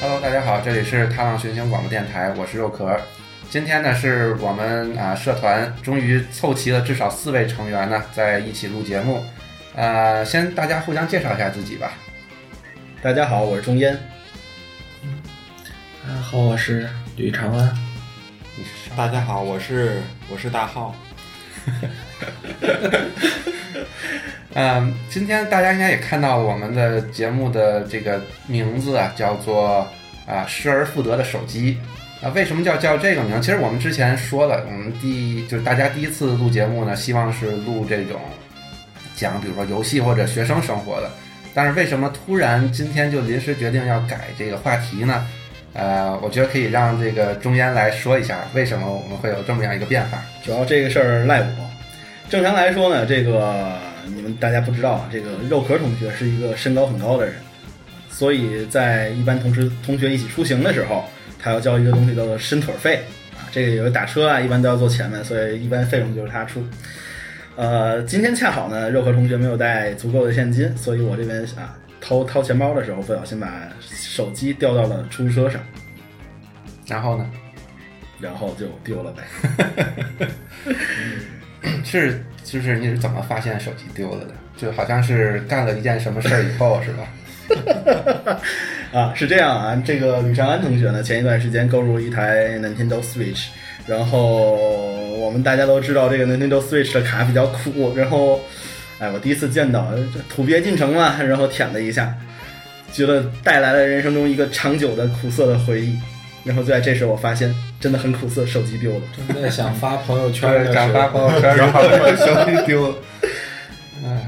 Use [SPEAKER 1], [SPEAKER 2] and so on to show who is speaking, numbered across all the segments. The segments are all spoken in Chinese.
[SPEAKER 1] Hello，大家好，这里是踏浪寻星广播电台，我是肉壳。今天呢，是我们啊社团终于凑齐了至少四位成员呢，在一起录节目。呃，先大家互相介绍一下自己吧。
[SPEAKER 2] 大家好，我是钟烟。
[SPEAKER 3] 大家哎好，我是吕长安。
[SPEAKER 1] 你是
[SPEAKER 4] 大家好，我是我是大浩，
[SPEAKER 1] 嗯，今天大家应该也看到了我们的节目的这个名字啊，叫做啊失而复得的手机啊。为什么叫叫这个名？其实我们之前说了，我们第一就是大家第一次录节目呢，希望是录这种讲比如说游戏或者学生生活的。但是为什么突然今天就临时决定要改这个话题呢？呃，我觉得可以让这个中间来说一下，为什么我们会有这么样一个变化。
[SPEAKER 2] 主要这个事儿赖我。正常来说呢，这个你们大家不知道啊，这个肉壳同学是一个身高很高的人，所以在一般同时同学一起出行的时候，他要交一个东西叫做伸腿费啊。这个有打车啊，一般都要坐前面，所以一般费用就是他出。呃，今天恰好呢，肉壳同学没有带足够的现金，所以我这边啊掏掏钱包的时候，不小心把手机掉到了出租车上，
[SPEAKER 1] 然后呢？
[SPEAKER 2] 然后就丢了呗。
[SPEAKER 1] 是，就是你是怎么发现手机丢了的？就好像是干了一件什么事儿以后，是吧？
[SPEAKER 2] 啊，是这样啊，这个吕长安同学呢，前一段时间购入一台 Nintendo Switch，然后我们大家都知道这个 Nintendo Switch 的卡比较苦，然后，哎，我第一次见到，这土鳖进城嘛，然后舔了一下，觉得带来了人生中一个长久的苦涩的回忆，然后就在这时候我发现真的很苦涩，手机丢了。
[SPEAKER 3] 正在想发朋友圈的时
[SPEAKER 1] 转发
[SPEAKER 3] 候，
[SPEAKER 1] 朋友圈，然后手机丢了。嗯，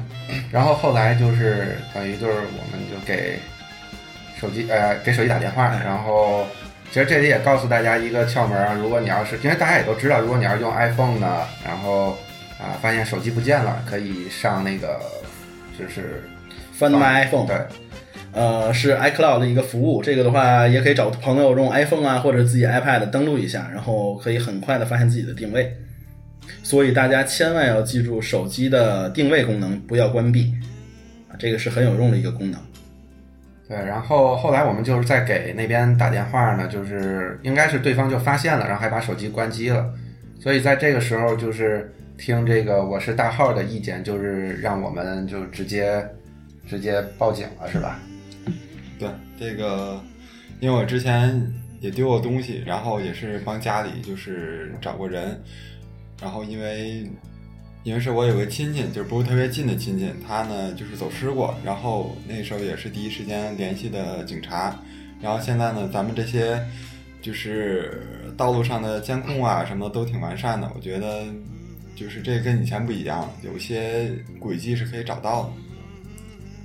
[SPEAKER 1] 然后后来就是等于就是我们就给手机呃给手机打电话，然后其实这里也告诉大家一个窍门啊，如果你要是因为大家也都知道，如果你要是用 iPhone 呢，然后啊、发现手机不见了，可以上那个就是
[SPEAKER 2] 翻 My iPhone，
[SPEAKER 1] 对
[SPEAKER 2] 呃，是 iCloud 的一个服务。这个的话，也可以找朋友用 iPhone 啊，或者自己 iPad 登录一下，然后可以很快的发现自己的定位。所以大家千万要记住手机的定位功能不要关闭，啊，这个是很有用的一个功能。
[SPEAKER 1] 对，然后后来我们就是在给那边打电话呢，就是应该是对方就发现了，然后还把手机关机了，所以在这个时候就是听这个我是大号的意见，就是让我们就直接直接报警了，是吧？
[SPEAKER 4] 对这个，因为我之前也丢过东西，然后也是帮家里就是找过人，然后因为因为是我有个亲戚，就是不是特别近的亲戚，他呢就是走失过，然后那时候也是第一时间联系的警察，然后现在呢，咱们这些就是道路上的监控啊什么的都挺完善的，我觉得就是这跟以前不一样了，有些轨迹是可以找到的。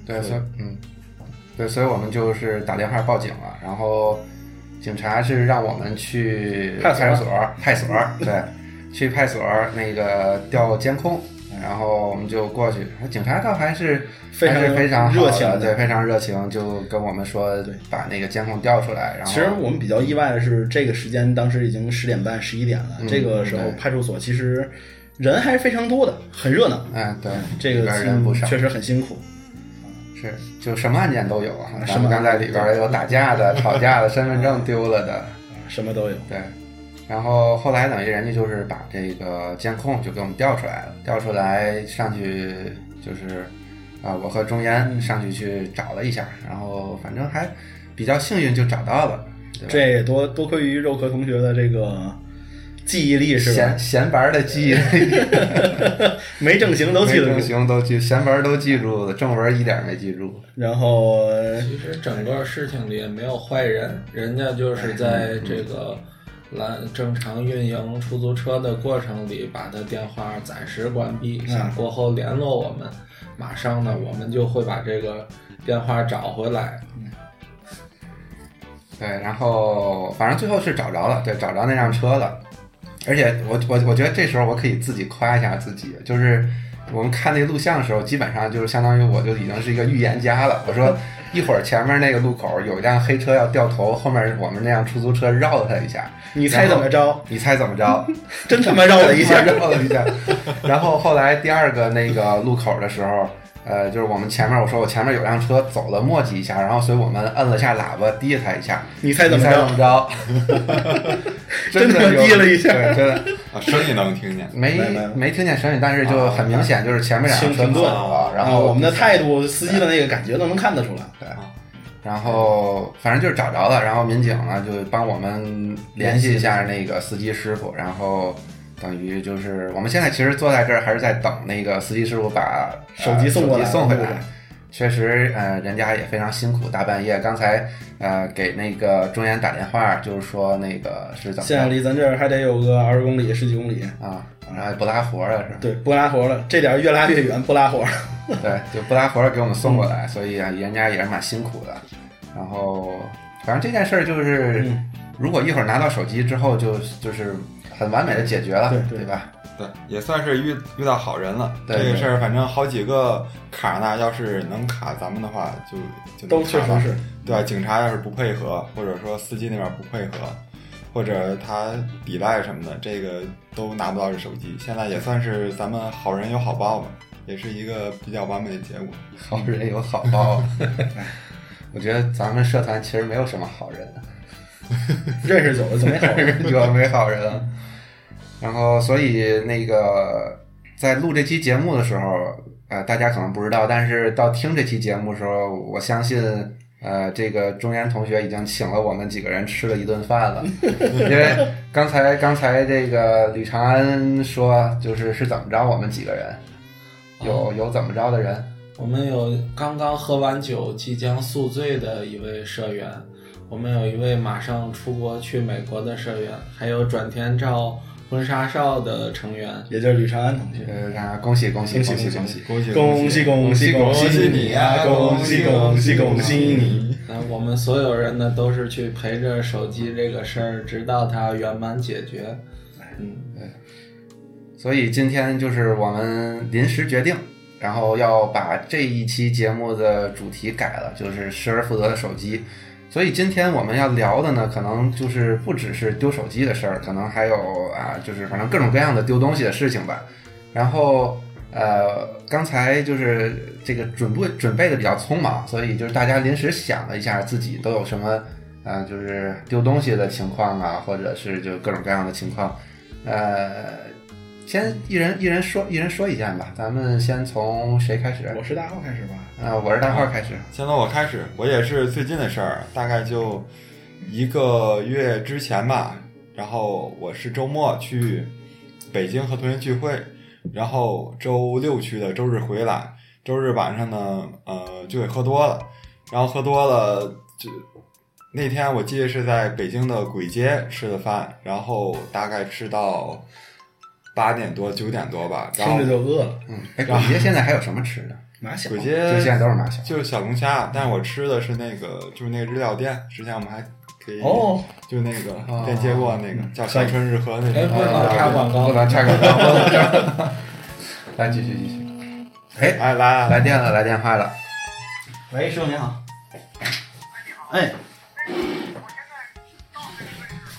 [SPEAKER 1] 对，
[SPEAKER 4] 对
[SPEAKER 1] 所以嗯，对，所以我们就是打电话报警了，然后警察是让我们去
[SPEAKER 2] 派出所
[SPEAKER 1] 派出所，派出所，对，去派出所那个调监控，然后我们就过去，警察倒还是
[SPEAKER 2] 非常
[SPEAKER 1] 还是非常好的
[SPEAKER 2] 热情的
[SPEAKER 1] 对，非常热情，就跟我们说把那个监控调出来，然后
[SPEAKER 2] 其实我们比较意外的是，这个时间当时已经十点半、十一点了，
[SPEAKER 1] 嗯
[SPEAKER 2] 这个时候
[SPEAKER 1] 对
[SPEAKER 2] 派出所其实人还是非常多的，很热闹。
[SPEAKER 1] 嗯，对，
[SPEAKER 2] 这个嗯
[SPEAKER 1] 里边人不少，
[SPEAKER 2] 确实很辛苦。
[SPEAKER 1] 是，就什么案件都有啊，咱
[SPEAKER 2] 什
[SPEAKER 1] 们
[SPEAKER 2] 么
[SPEAKER 1] 刚才里边有打架 的、吵架的、身份证丢了的。
[SPEAKER 2] 啊什么都有，
[SPEAKER 1] 对，然后后来等于人家就是把这个监控就给我们调出来了，调出来上去就是啊、我和钟岩上去去找了一下，然后反正还比较幸运就找到了，对吧
[SPEAKER 2] 这也多多亏于肉壳同学的这个记忆力是吧？
[SPEAKER 1] 闲闲白儿的记忆力，
[SPEAKER 2] 没正形 都记得
[SPEAKER 1] 正
[SPEAKER 2] 住。
[SPEAKER 1] 形都记，闲白儿都记住了，正文儿一点儿没记住。
[SPEAKER 2] 然后呃
[SPEAKER 3] 其实整个事情里也没有坏人，人家就是
[SPEAKER 1] 哎嗯
[SPEAKER 3] 在这个拦正常运营出租车的过程里，把他电话暂时关
[SPEAKER 1] 嗯
[SPEAKER 3] 闭，想过后联络我们，马上呢，我们就会把这个电话找回来。
[SPEAKER 1] 对，然后反正最后是找着了，对，找着那辆车了。而且我我我觉得这时候我可以自己夸一下自己，就是我们看那录像的时候，基本上就是相当于我就已经是一个预言家了。我说一会儿前面那个路口有一辆黑车要掉头，后面我们那辆出租车绕了他一下，
[SPEAKER 2] 你猜怎么着？
[SPEAKER 1] 你猜怎么着？
[SPEAKER 2] 真他妈绕了一下。
[SPEAKER 1] 绕了一下。然后后来第二个那个路口的时候，呃，就是我们前面我说我前面有辆车走了磨叽一下，然后所以我们摁了下喇叭滴了他一下，
[SPEAKER 2] 你猜怎
[SPEAKER 1] 你
[SPEAKER 2] 么
[SPEAKER 1] 猜怎么
[SPEAKER 2] 着？
[SPEAKER 1] 着？
[SPEAKER 2] 真
[SPEAKER 1] 的
[SPEAKER 2] 的
[SPEAKER 1] 有
[SPEAKER 2] 滴了一下
[SPEAKER 1] 对，真的
[SPEAKER 4] 啊，声音能听见。
[SPEAKER 1] 没
[SPEAKER 2] 没没
[SPEAKER 1] 没听见声音，但是就很明显就是前面两辆车
[SPEAKER 2] 清
[SPEAKER 1] 走
[SPEAKER 2] 顿
[SPEAKER 1] 了，啊然
[SPEAKER 2] 啊
[SPEAKER 1] 后哎
[SPEAKER 2] 我们的态度，司机的那个感觉都能看得出来。
[SPEAKER 1] 然后反正就是找着了，然后民警呢就帮我们联系一下那个司机师傅，然后等于就是我们现在其实坐在这儿还是在等那个司机师傅把呃
[SPEAKER 2] 手机送过来
[SPEAKER 1] 手机送回
[SPEAKER 2] 啊对不
[SPEAKER 1] 来
[SPEAKER 2] 对。
[SPEAKER 1] 确实，呃，人家也非常辛苦，大半夜。刚才呃给那个中原打电话，就是说那个是怎么
[SPEAKER 2] 现在
[SPEAKER 1] 着
[SPEAKER 2] 离咱这儿还得有个二十公里、十几公里。
[SPEAKER 1] 啊，然后不拉活了是吧？
[SPEAKER 2] 对，不拉活了，这点儿越拉越远，不拉活了。
[SPEAKER 1] 对，就布拉活给我们送过来，所以啊，人家也是蛮辛苦的。然后，反正这件事儿就是，如果一会儿拿到手机之后就，就是很完美的解决了，
[SPEAKER 2] 对
[SPEAKER 1] 对
[SPEAKER 2] 对
[SPEAKER 1] 吧？
[SPEAKER 4] 对，也算是遇遇到好人了。
[SPEAKER 1] 对
[SPEAKER 4] 这个
[SPEAKER 1] 对
[SPEAKER 4] 事儿，反正好几个卡那，要是能卡咱们的话，就就
[SPEAKER 2] 都
[SPEAKER 4] 能
[SPEAKER 2] 确
[SPEAKER 4] 卡
[SPEAKER 2] 实
[SPEAKER 4] 到。
[SPEAKER 2] 是，
[SPEAKER 4] 对吧？警察要是不配合，或者说司机那边不配合，或者他抵赖什么的，这个都拿不到这手机。现在也算是咱们好人有好报吧，也是一个比较完美的结果。
[SPEAKER 1] 好人有好报。我觉得咱们社团其实没有什么好人，啊
[SPEAKER 2] 认识久了就没好 人。
[SPEAKER 1] 有没好人。啊然后，所以那个在录这期节目的时候，呃，大家可能不知道，但是到听这期节目的时候，我相信，呃，这个中原同学已经请了我们几个人吃了一顿饭了，因为刚才刚才这个吕长安说，就是是怎么着，我们几个人有有怎么着的人，
[SPEAKER 3] 我们有刚刚喝完酒、即将宿醉的一位社员，我们有一位马上出国去美国的社员，还有转天照婚纱少的成员。
[SPEAKER 2] 也就是吕长安同学。
[SPEAKER 1] 呃，啊恭喜恭喜
[SPEAKER 2] 恭喜
[SPEAKER 1] 恭喜
[SPEAKER 2] 恭
[SPEAKER 1] 恭
[SPEAKER 2] 喜
[SPEAKER 1] 喜！
[SPEAKER 4] 恭喜
[SPEAKER 2] 恭喜恭喜
[SPEAKER 4] 恭
[SPEAKER 2] 喜
[SPEAKER 4] 你
[SPEAKER 2] 啊！恭喜恭喜啊恭喜！你！
[SPEAKER 3] 那我们所有人呢，都是去陪着手机这个事儿，直到它圆满解决。嗯，
[SPEAKER 1] 所以今天就是我们临时决定，然后要把这一期节目的主题改了，就是失而复得的手机。所以今天我们要聊的呢，可能就是不只是丢手机的事儿，可能还有啊，就是反正各种各样的丢东西的事情吧。然后呃，刚才就是这个准备准备的比较匆忙，所以就是大家临时想了一下自己都有什么呃，就是丢东西的情况啊，或者是就各种各样的情况，呃，先一人一人说一人说一件吧，咱们先从谁开始？
[SPEAKER 2] 我是大号开始吧。
[SPEAKER 1] 呃，我是大号开始。
[SPEAKER 4] 先从我开始，我也是最近的事儿，大概就一个月之前吧。然后我是周末去北京和同学聚会，然后周六去的，周日回来。周日晚上呢，呃，就给喝多了，然后喝多了就那天我记得是在北京的簋街吃的饭，然后大概吃到八点多九点多吧，然
[SPEAKER 2] 听
[SPEAKER 4] 后
[SPEAKER 2] 着就饿了，
[SPEAKER 1] 嗯，哎，鬼街现在还有什么吃的？
[SPEAKER 2] 马小
[SPEAKER 4] 簋
[SPEAKER 1] 就现在
[SPEAKER 4] 街
[SPEAKER 1] 都是马小。
[SPEAKER 4] 就是小龙虾，但是我吃的是那个，就是那个日料店，之前我们还可以，
[SPEAKER 2] 哦，
[SPEAKER 4] 就那
[SPEAKER 1] 哦
[SPEAKER 4] 个链接过那个叫小春日和那
[SPEAKER 3] 哎，
[SPEAKER 4] 个。
[SPEAKER 3] 不能插广告
[SPEAKER 1] 不，能插广告。 来，继续继续。哎，
[SPEAKER 4] 哎，来来
[SPEAKER 1] 来电了，来电话了。
[SPEAKER 2] 喂，师傅您好。哎。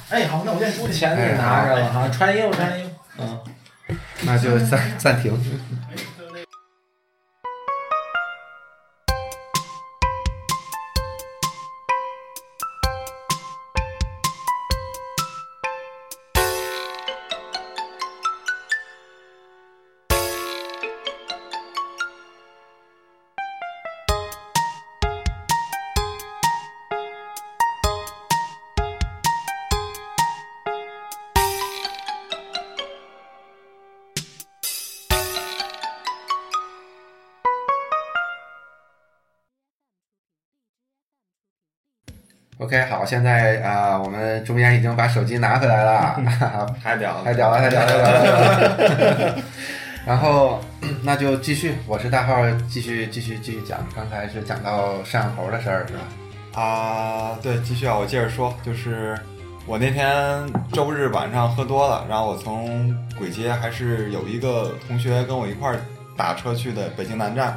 [SPEAKER 2] 哎，好，那我先出去。哎
[SPEAKER 3] 钱你拿着了哈，穿衣服穿衣服。嗯，
[SPEAKER 1] 那就暂暂停。OK，好，现在啊、我们中间已经把手机拿回来了，
[SPEAKER 4] 太屌了，
[SPEAKER 1] 太屌了，太屌了，太屌了太屌了。 然后那就继续，我是大号，继续继续继续讲。刚才是讲到摄像头的事儿是吧？
[SPEAKER 4] 啊！对，继续啊，我接着说，就是我那天周日晚上喝多了，然后我从簋街还是有一个同学跟我一块儿打车去的北京南站，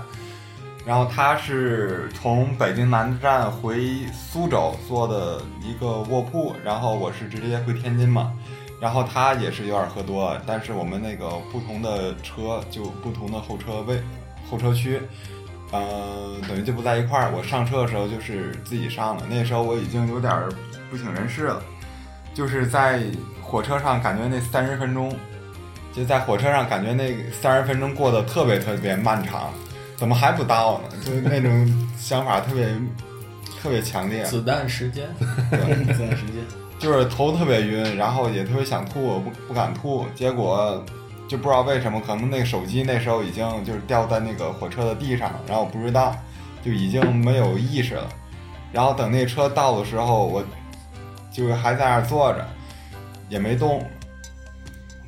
[SPEAKER 4] 然后他是从北京南站回苏州坐的一个卧铺，然后我是直接回天津嘛，然后他也是有点喝多了，但是我们那个不同的车就不同的候车位，候车区，呃，等于就不在一块儿。我上车的时候就是自己上的，那时候我已经有点儿不省人事了，就是在火车上感觉那三十分钟，就在火车上感觉那三十分钟过得特别特别漫长，怎么还不到呢？就是那种想法特别特别强烈。
[SPEAKER 3] 子弹时间，
[SPEAKER 2] 这段时间，
[SPEAKER 4] 就是头特别晕，然后也特别想吐，不不敢吐，结果就不知道为什么，可能那个手机那时候已经就是掉在那个火车的地上，然后我不知道，就已经没有意识了。然后等那车到的时候，我就是还在那儿坐着，也没动。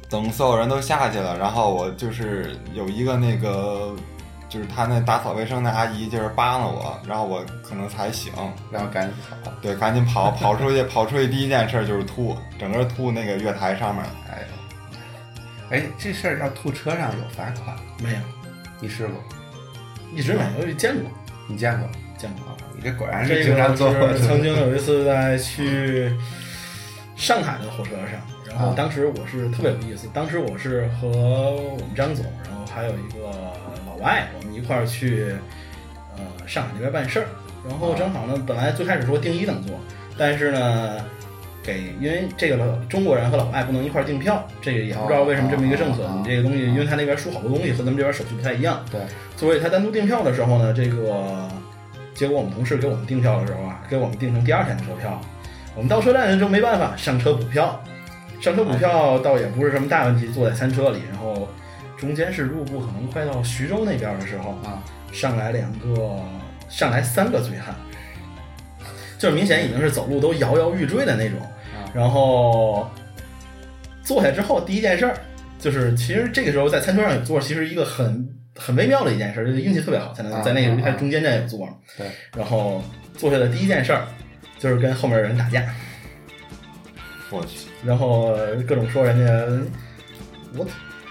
[SPEAKER 4] 等所有人都下去了，然后我就是有一个那个，就是他那打扫卫生的阿姨，就是扒拉我，然后我可能才醒。
[SPEAKER 1] 然后赶紧跑。
[SPEAKER 4] 对，赶紧跑，跑出去，跑出去第一件事就是吐，整个吐那个月台上面。
[SPEAKER 1] 哎呦，哎，这事儿要吐车上有罚款，
[SPEAKER 2] 没有，
[SPEAKER 1] 你试过？
[SPEAKER 2] 一直没有见过
[SPEAKER 1] 你见过？
[SPEAKER 2] 见过。
[SPEAKER 1] 啊，你这果然
[SPEAKER 2] 这
[SPEAKER 1] 是经
[SPEAKER 2] 个
[SPEAKER 1] 常坐火
[SPEAKER 2] 是曾
[SPEAKER 1] 车。
[SPEAKER 2] 经有一次在去上海的火车上，然
[SPEAKER 1] 啊
[SPEAKER 2] 后当时我是特别有意思，当时我是和我们张总，然后还有一个老外，我们一块儿去呃上海那边办事儿，然后正好呢，本来最开始说订一等座，但是呢。给，因为这个老中国人和老外不能一块儿订票，这个也不知道为什么这么一个政策。
[SPEAKER 1] 哦哦哦
[SPEAKER 2] 你这个东西，因为他那边输好多东西和咱们这边手续不太一样，
[SPEAKER 1] 对，
[SPEAKER 2] 所以他单独订票的时候呢，这个结果我们同事给我们订票的时候啊，给我们订成第二天的车票。我们到车站的时候没办法，上车补票。上车补
[SPEAKER 1] 哎
[SPEAKER 2] 票倒也不是什么大问题，坐在餐车里，然后中间是入库，可能快到徐州那边的时候
[SPEAKER 1] 啊，
[SPEAKER 2] 上来两个，上来三个醉汉，就是明显已经是走路都摇摇欲坠的那种。
[SPEAKER 1] 啊
[SPEAKER 2] 然后坐下之后，第一件事儿就是，其实这个时候在餐桌上有座，其实一个很很微妙的一件事，就是运气特别好才能在那
[SPEAKER 1] 啊啊
[SPEAKER 2] 个它中间站有座嘛。
[SPEAKER 1] 对。
[SPEAKER 2] 然后坐下的第一件事儿就是跟后面的人打架，
[SPEAKER 4] 我去，
[SPEAKER 2] 然后各种说人家我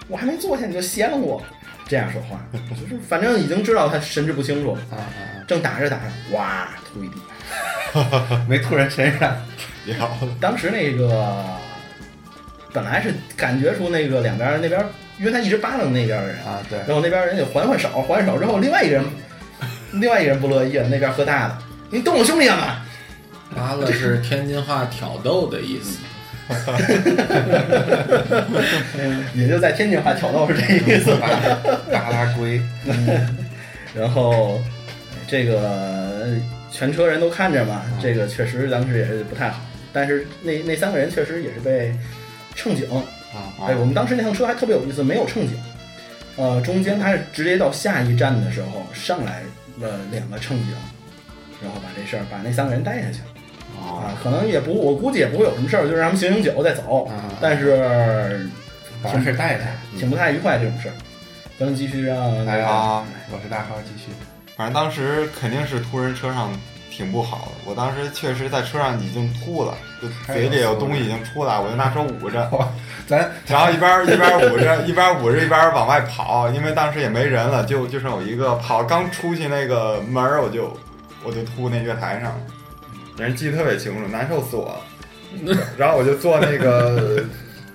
[SPEAKER 2] 我还没坐下你就掀了我，这样说 话，就是反正已经知道他神志不清楚，
[SPEAKER 1] 啊啊
[SPEAKER 2] 正打着打着，哇吐一地。
[SPEAKER 1] 啊！没吐人身上。
[SPEAKER 4] 然后
[SPEAKER 2] 当时那个本来是感觉出那个两边儿那边儿，因为他一直扒拉那边儿的人，
[SPEAKER 1] 啊，对，
[SPEAKER 2] 然后那边儿人也还还手，还完手之后，另外一个人，另外一个人不乐意了，那边儿喝大了，你动我兄弟干嘛？
[SPEAKER 3] 扒拉是天津话挑逗的意思。
[SPEAKER 2] 也就在天津话挑逗是这意思
[SPEAKER 1] 巴
[SPEAKER 2] 吧。
[SPEAKER 1] 拉巴拉圭，
[SPEAKER 2] 然后这个全车人都看着嘛，这个确实当时也是不太好，但是那那三个人确实也是被乘警
[SPEAKER 1] 啊
[SPEAKER 2] 哎，我们当时那趟车还特别有意思，没有乘警，呃，中间他是直接到下一站的时候上来了两个乘警，然后把这事儿把那三个人带下去了
[SPEAKER 1] 啊
[SPEAKER 2] 啊，可能也不，我估计也不会有什么事儿，就是让他们醒醒酒再走，
[SPEAKER 1] 啊！
[SPEAKER 2] 哦但是
[SPEAKER 1] 把这事儿带带。
[SPEAKER 2] 挺不太愉快这种事儿。咱们继续让
[SPEAKER 1] 来
[SPEAKER 4] 啊，
[SPEAKER 1] 哎我是大浩，继续。
[SPEAKER 4] 反正当时肯定是突人车上挺不好的，我当时确实在车上已经吐了，就嘴里有东西已经出来，我就拿手捂着，
[SPEAKER 1] 咱
[SPEAKER 4] 然后一边一边捂着，一边捂着一边往外跑，因为当时也没人了，就就剩我一个跑，刚出去那个门儿我就我就吐那月台上，人记得特别清楚，难受死我了。然后我就坐那个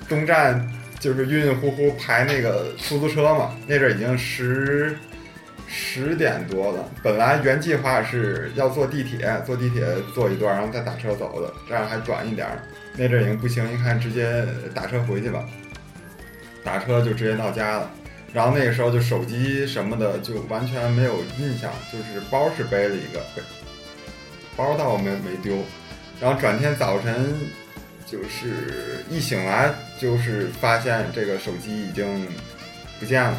[SPEAKER 4] 东站，就是晕晕乎乎排那个出租车嘛，那阵儿已经十十点多了，本来原计划是要坐地铁，坐地铁坐一段，然后再打车走的，这样还短一点儿。那阵儿已经不行，一看直接打车回去吧，打车就直接到家了。然后那个时候就手机什么的就完全没有印象，就是包是背了一个，背包倒没没丢。然后转天早晨就是一醒来就是发现这个手机已经不见了。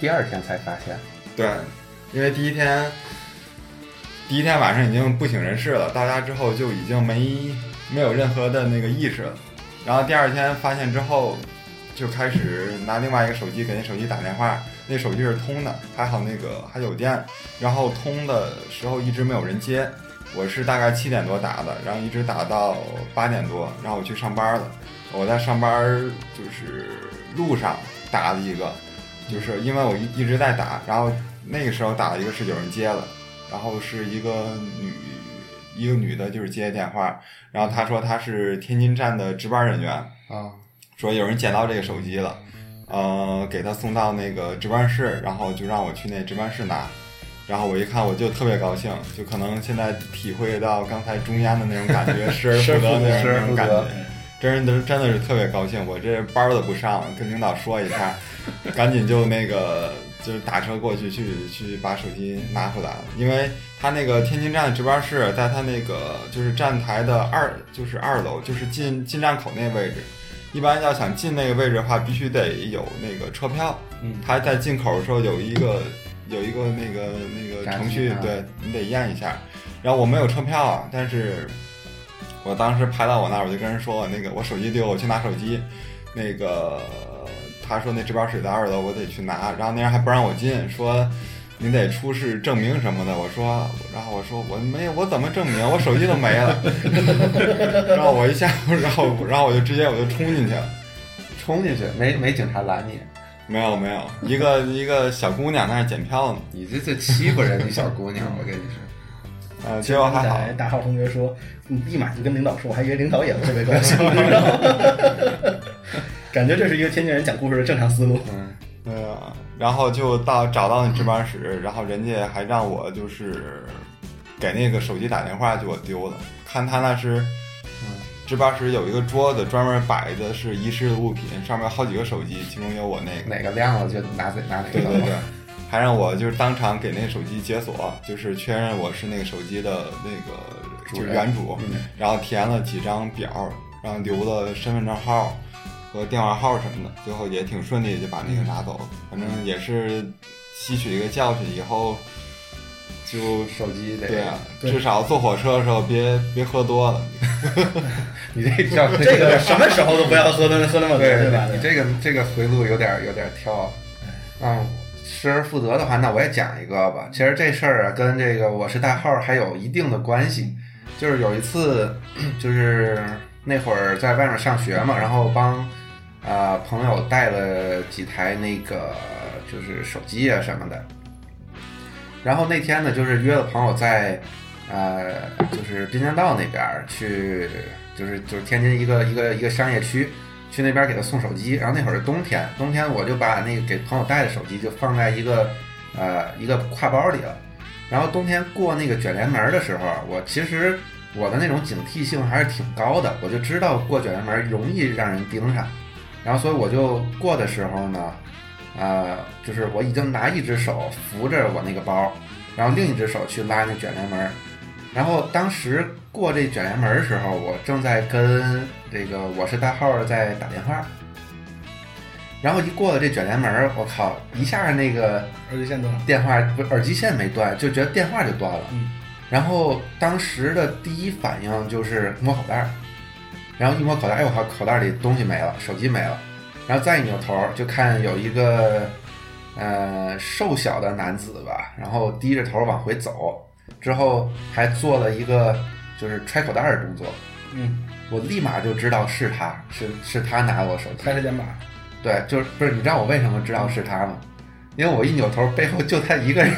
[SPEAKER 1] 第二天才发现，
[SPEAKER 4] 对，因为第一天，第一天晚上已经不省人事了，到家之后就已经没没有任何的那个意识了。然后第二天发现之后，就开始拿另外一个手机给那手机打电话，那手机是通的，还好那个还有电。然后通的时候一直没有人接，我是大概七点多打的，然后一直打到八点多，然后我去上班了。我在上班就是路上打了一个，就是因为我一一直在打，然后那个时候打了一个是有人接了，然后是一个女一个女的，就是接电话，然后她说她是天津站的值班人员，
[SPEAKER 1] 啊
[SPEAKER 4] 说有人捡到这个手机了，呃，给他送到那个值班室，然后就让我去那值班室拿。然后我一看，我就特别高兴，就可能现在体会到刚才中央的那种感觉，失而复得那种那种感觉，真的真的是特别高兴。我这班儿都不上，跟领导说一下，赶紧就那个就是打车过去去去把手机拿回来了，因为他那个天津站的值班室在他那个就是站台的二就是二楼，就是进进站口那位置。一般要想进那个位置的话，必须得有那个车票。
[SPEAKER 1] 嗯
[SPEAKER 4] 他在进口的时候有一个有一个那个那个
[SPEAKER 1] 闸机
[SPEAKER 4] 程序
[SPEAKER 1] 啊，
[SPEAKER 4] 对你得验一下。然后我没有车票啊，但是我当时拍到我那儿，我就跟人说那个我手机丢，我去拿手机。那个他说那值班室在二楼，我得去拿。然后那人还不让我进，说。你得出示证明什么的，我说，然后我说我没有，我怎么证明？我手机都没了。 然后我一下，然后然后我就直接我就冲进去了，
[SPEAKER 1] 冲进去没没警察拦你，
[SPEAKER 4] 没有没有，一个一个小姑娘在那儿检票呢，
[SPEAKER 1] 你这这欺负人，你小姑娘，我跟你说，
[SPEAKER 4] 呃，结果还好，
[SPEAKER 2] 在大浩同学说，你立马就跟领导说，我还以为领导也特别高 兴，你知道吗感觉这是一个天津人讲故事的正常思路。
[SPEAKER 1] 嗯，
[SPEAKER 4] 对啊，然后就到找到那值班室，然后人家还让我就是给那个手机打电话，就我丢了，看他那是。值班室有一个桌子，专门摆的是遗失的物品，上面有好几个手机，其中有我那个。
[SPEAKER 1] 哪个亮了就拿哪拿哪个
[SPEAKER 4] 对
[SPEAKER 1] 走
[SPEAKER 4] 对对，还让我就是当场给那手机解锁，就是确认我是那个手机的那个就是原主，然后填了几张表，然后留了身份证号和电话号什么的，最后也挺顺利就把那个拿走了。反正也是吸取一个教训，以后就
[SPEAKER 1] 手机得
[SPEAKER 4] 对啊，
[SPEAKER 2] 对
[SPEAKER 4] 至少坐火车的时候别别喝多了。
[SPEAKER 1] 你这叫
[SPEAKER 2] 这个什么时候都不要喝那喝那么多，哎
[SPEAKER 1] 对对
[SPEAKER 2] 吧？
[SPEAKER 1] 你这个这个回路有点有点挑。嗯，失而复得的话，那我也讲一个吧。其实这事儿啊，跟这个我是大号还有一定的关系。就是有一次，就是那会儿在外面上学嘛，然后帮啊、呃朋友带了几台那个就是手机啊什么的。然后那天呢，就是约了朋友在呃，就是滨江道那边儿去，就是就是天津一个一个一个商业区，去那边给他送手机。然后那会儿是冬天，冬天我就把那个给朋友带的手机就放在一个呃一个挎包里了。然后冬天过那个卷帘门儿的时候，我其实我的那种警惕性还是挺高的，我就知道过卷帘门儿容易让人盯上。然后所以我就过的时候呢，呃，就是我已经拿一只手扶着我那个包，然后另一只手去拉那卷帘门儿。然后当时过这卷帘门儿的时候，我正在跟这个我是大号儿在打电话，然后一过了这卷帘门儿，我靠，一下那个
[SPEAKER 2] 耳机线断了，
[SPEAKER 1] 电话不是耳机线没断，就觉得电话就断了。
[SPEAKER 2] 嗯
[SPEAKER 1] 然后当时的第一反应就是摸口袋儿，然后一摸口袋，哎我靠，口袋里东西没了，手机没了。然后再一扭头就看有一个呃瘦小的男子吧，然后低着头往回走，之后还做了一个就是揣口袋儿的动作。
[SPEAKER 2] 嗯，
[SPEAKER 1] 我立马就知道是他，是是他拿我手机。
[SPEAKER 2] 拍他肩膀，
[SPEAKER 1] 对，就是不是你知道我为什么知道是他吗？因为我一扭头，背后就他一个人，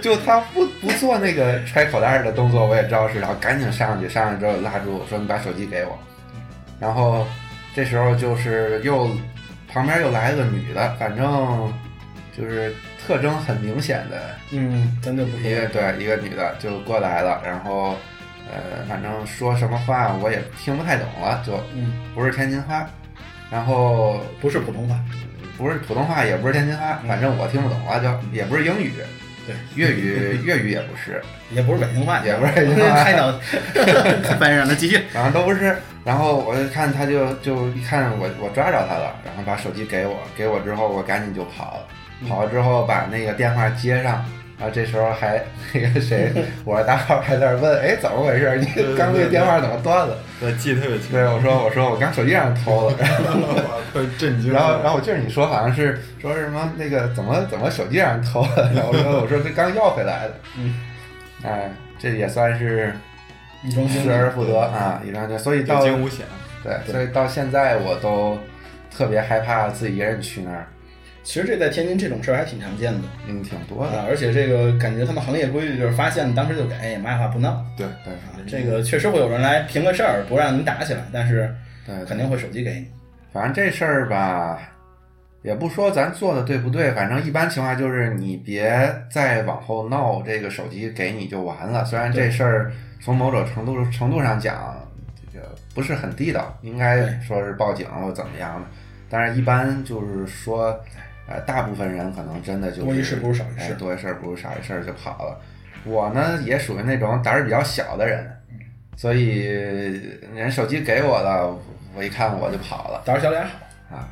[SPEAKER 1] 就他不不做那个揣口袋的动作，我也知道是他，赶紧上去，上去之后拉住我说：“你把手机给我。”然后这时候就是又旁边又来了个女的，反正就是特征很明显的
[SPEAKER 2] 嗯，咱就不
[SPEAKER 1] 一个
[SPEAKER 2] 说，
[SPEAKER 1] 对一个女的就过来了，然后呃，反正说什么话我也听不太懂了，就
[SPEAKER 2] 嗯，
[SPEAKER 1] 不是天津话，然后
[SPEAKER 2] 不是普通话，
[SPEAKER 1] 不是普通话，也不是天津
[SPEAKER 4] 嗯
[SPEAKER 1] 话，反正我听不懂啊，就也不是英语，
[SPEAKER 2] 对，
[SPEAKER 1] 粤 语粤语也不是，
[SPEAKER 2] 也不是北京话，
[SPEAKER 1] 也不是北京话
[SPEAKER 2] 太 脑，反正让他继续，
[SPEAKER 1] 反正都不是。然后我就看他就就一看我我抓着他了，然后把手机给我，给我之后我赶紧就跑了，
[SPEAKER 4] 嗯
[SPEAKER 1] 跑了之后把那个电话接上。然后这时候还那个 谁，我大号还在那儿问，哎，怎么回事？你
[SPEAKER 4] 对对
[SPEAKER 1] 刚那个电话怎么断了？
[SPEAKER 4] 我记得特别清
[SPEAKER 1] 对，我说我说我刚手机让人偷了，
[SPEAKER 4] 楚，啊震惊了。
[SPEAKER 1] 然后，然后我记得你说好像是说什么那个怎么怎么手机让人偷了，然后我 说我说这刚要回来的，
[SPEAKER 2] 嗯，
[SPEAKER 1] 哎，这也算是
[SPEAKER 2] 一桩经
[SPEAKER 1] 失
[SPEAKER 2] 历，
[SPEAKER 1] 而复得啊，一张就所以
[SPEAKER 4] 嗯有
[SPEAKER 1] 到
[SPEAKER 4] 惊无险。
[SPEAKER 1] 对，
[SPEAKER 2] 对
[SPEAKER 1] 所以到现在我都特别害怕自己一个人去那儿，
[SPEAKER 2] 其实这在天津这种事儿还挺常见的
[SPEAKER 1] 嗯，挺多的，
[SPEAKER 2] 啊，而且这个感觉他们行业规矩就是发现当时就给，哎妈话不闹啊，
[SPEAKER 4] 对，
[SPEAKER 1] 对
[SPEAKER 2] 这个确实会有人来评个事儿，不让你打起来，但是
[SPEAKER 1] 对，
[SPEAKER 2] 肯定会手机给你。
[SPEAKER 1] 反正这事儿吧，也不说咱做的对不对，反正一般情况下就是你别再往后闹，这个手机给你就完了。虽然这事儿从某种程度程度上讲，这个不是很地道，应该说是报警或怎么样的，但是一般就是说，呃，大部分人可能真的就是
[SPEAKER 2] 多一事不如少一
[SPEAKER 1] 哎
[SPEAKER 2] 事
[SPEAKER 1] 多一事不如少一事就跑了。我呢也属于那种胆儿比较小的人，
[SPEAKER 2] 嗯
[SPEAKER 1] 所以呃人手机给我了，我一看我就跑了。
[SPEAKER 2] 胆儿小点儿好。
[SPEAKER 1] 啊，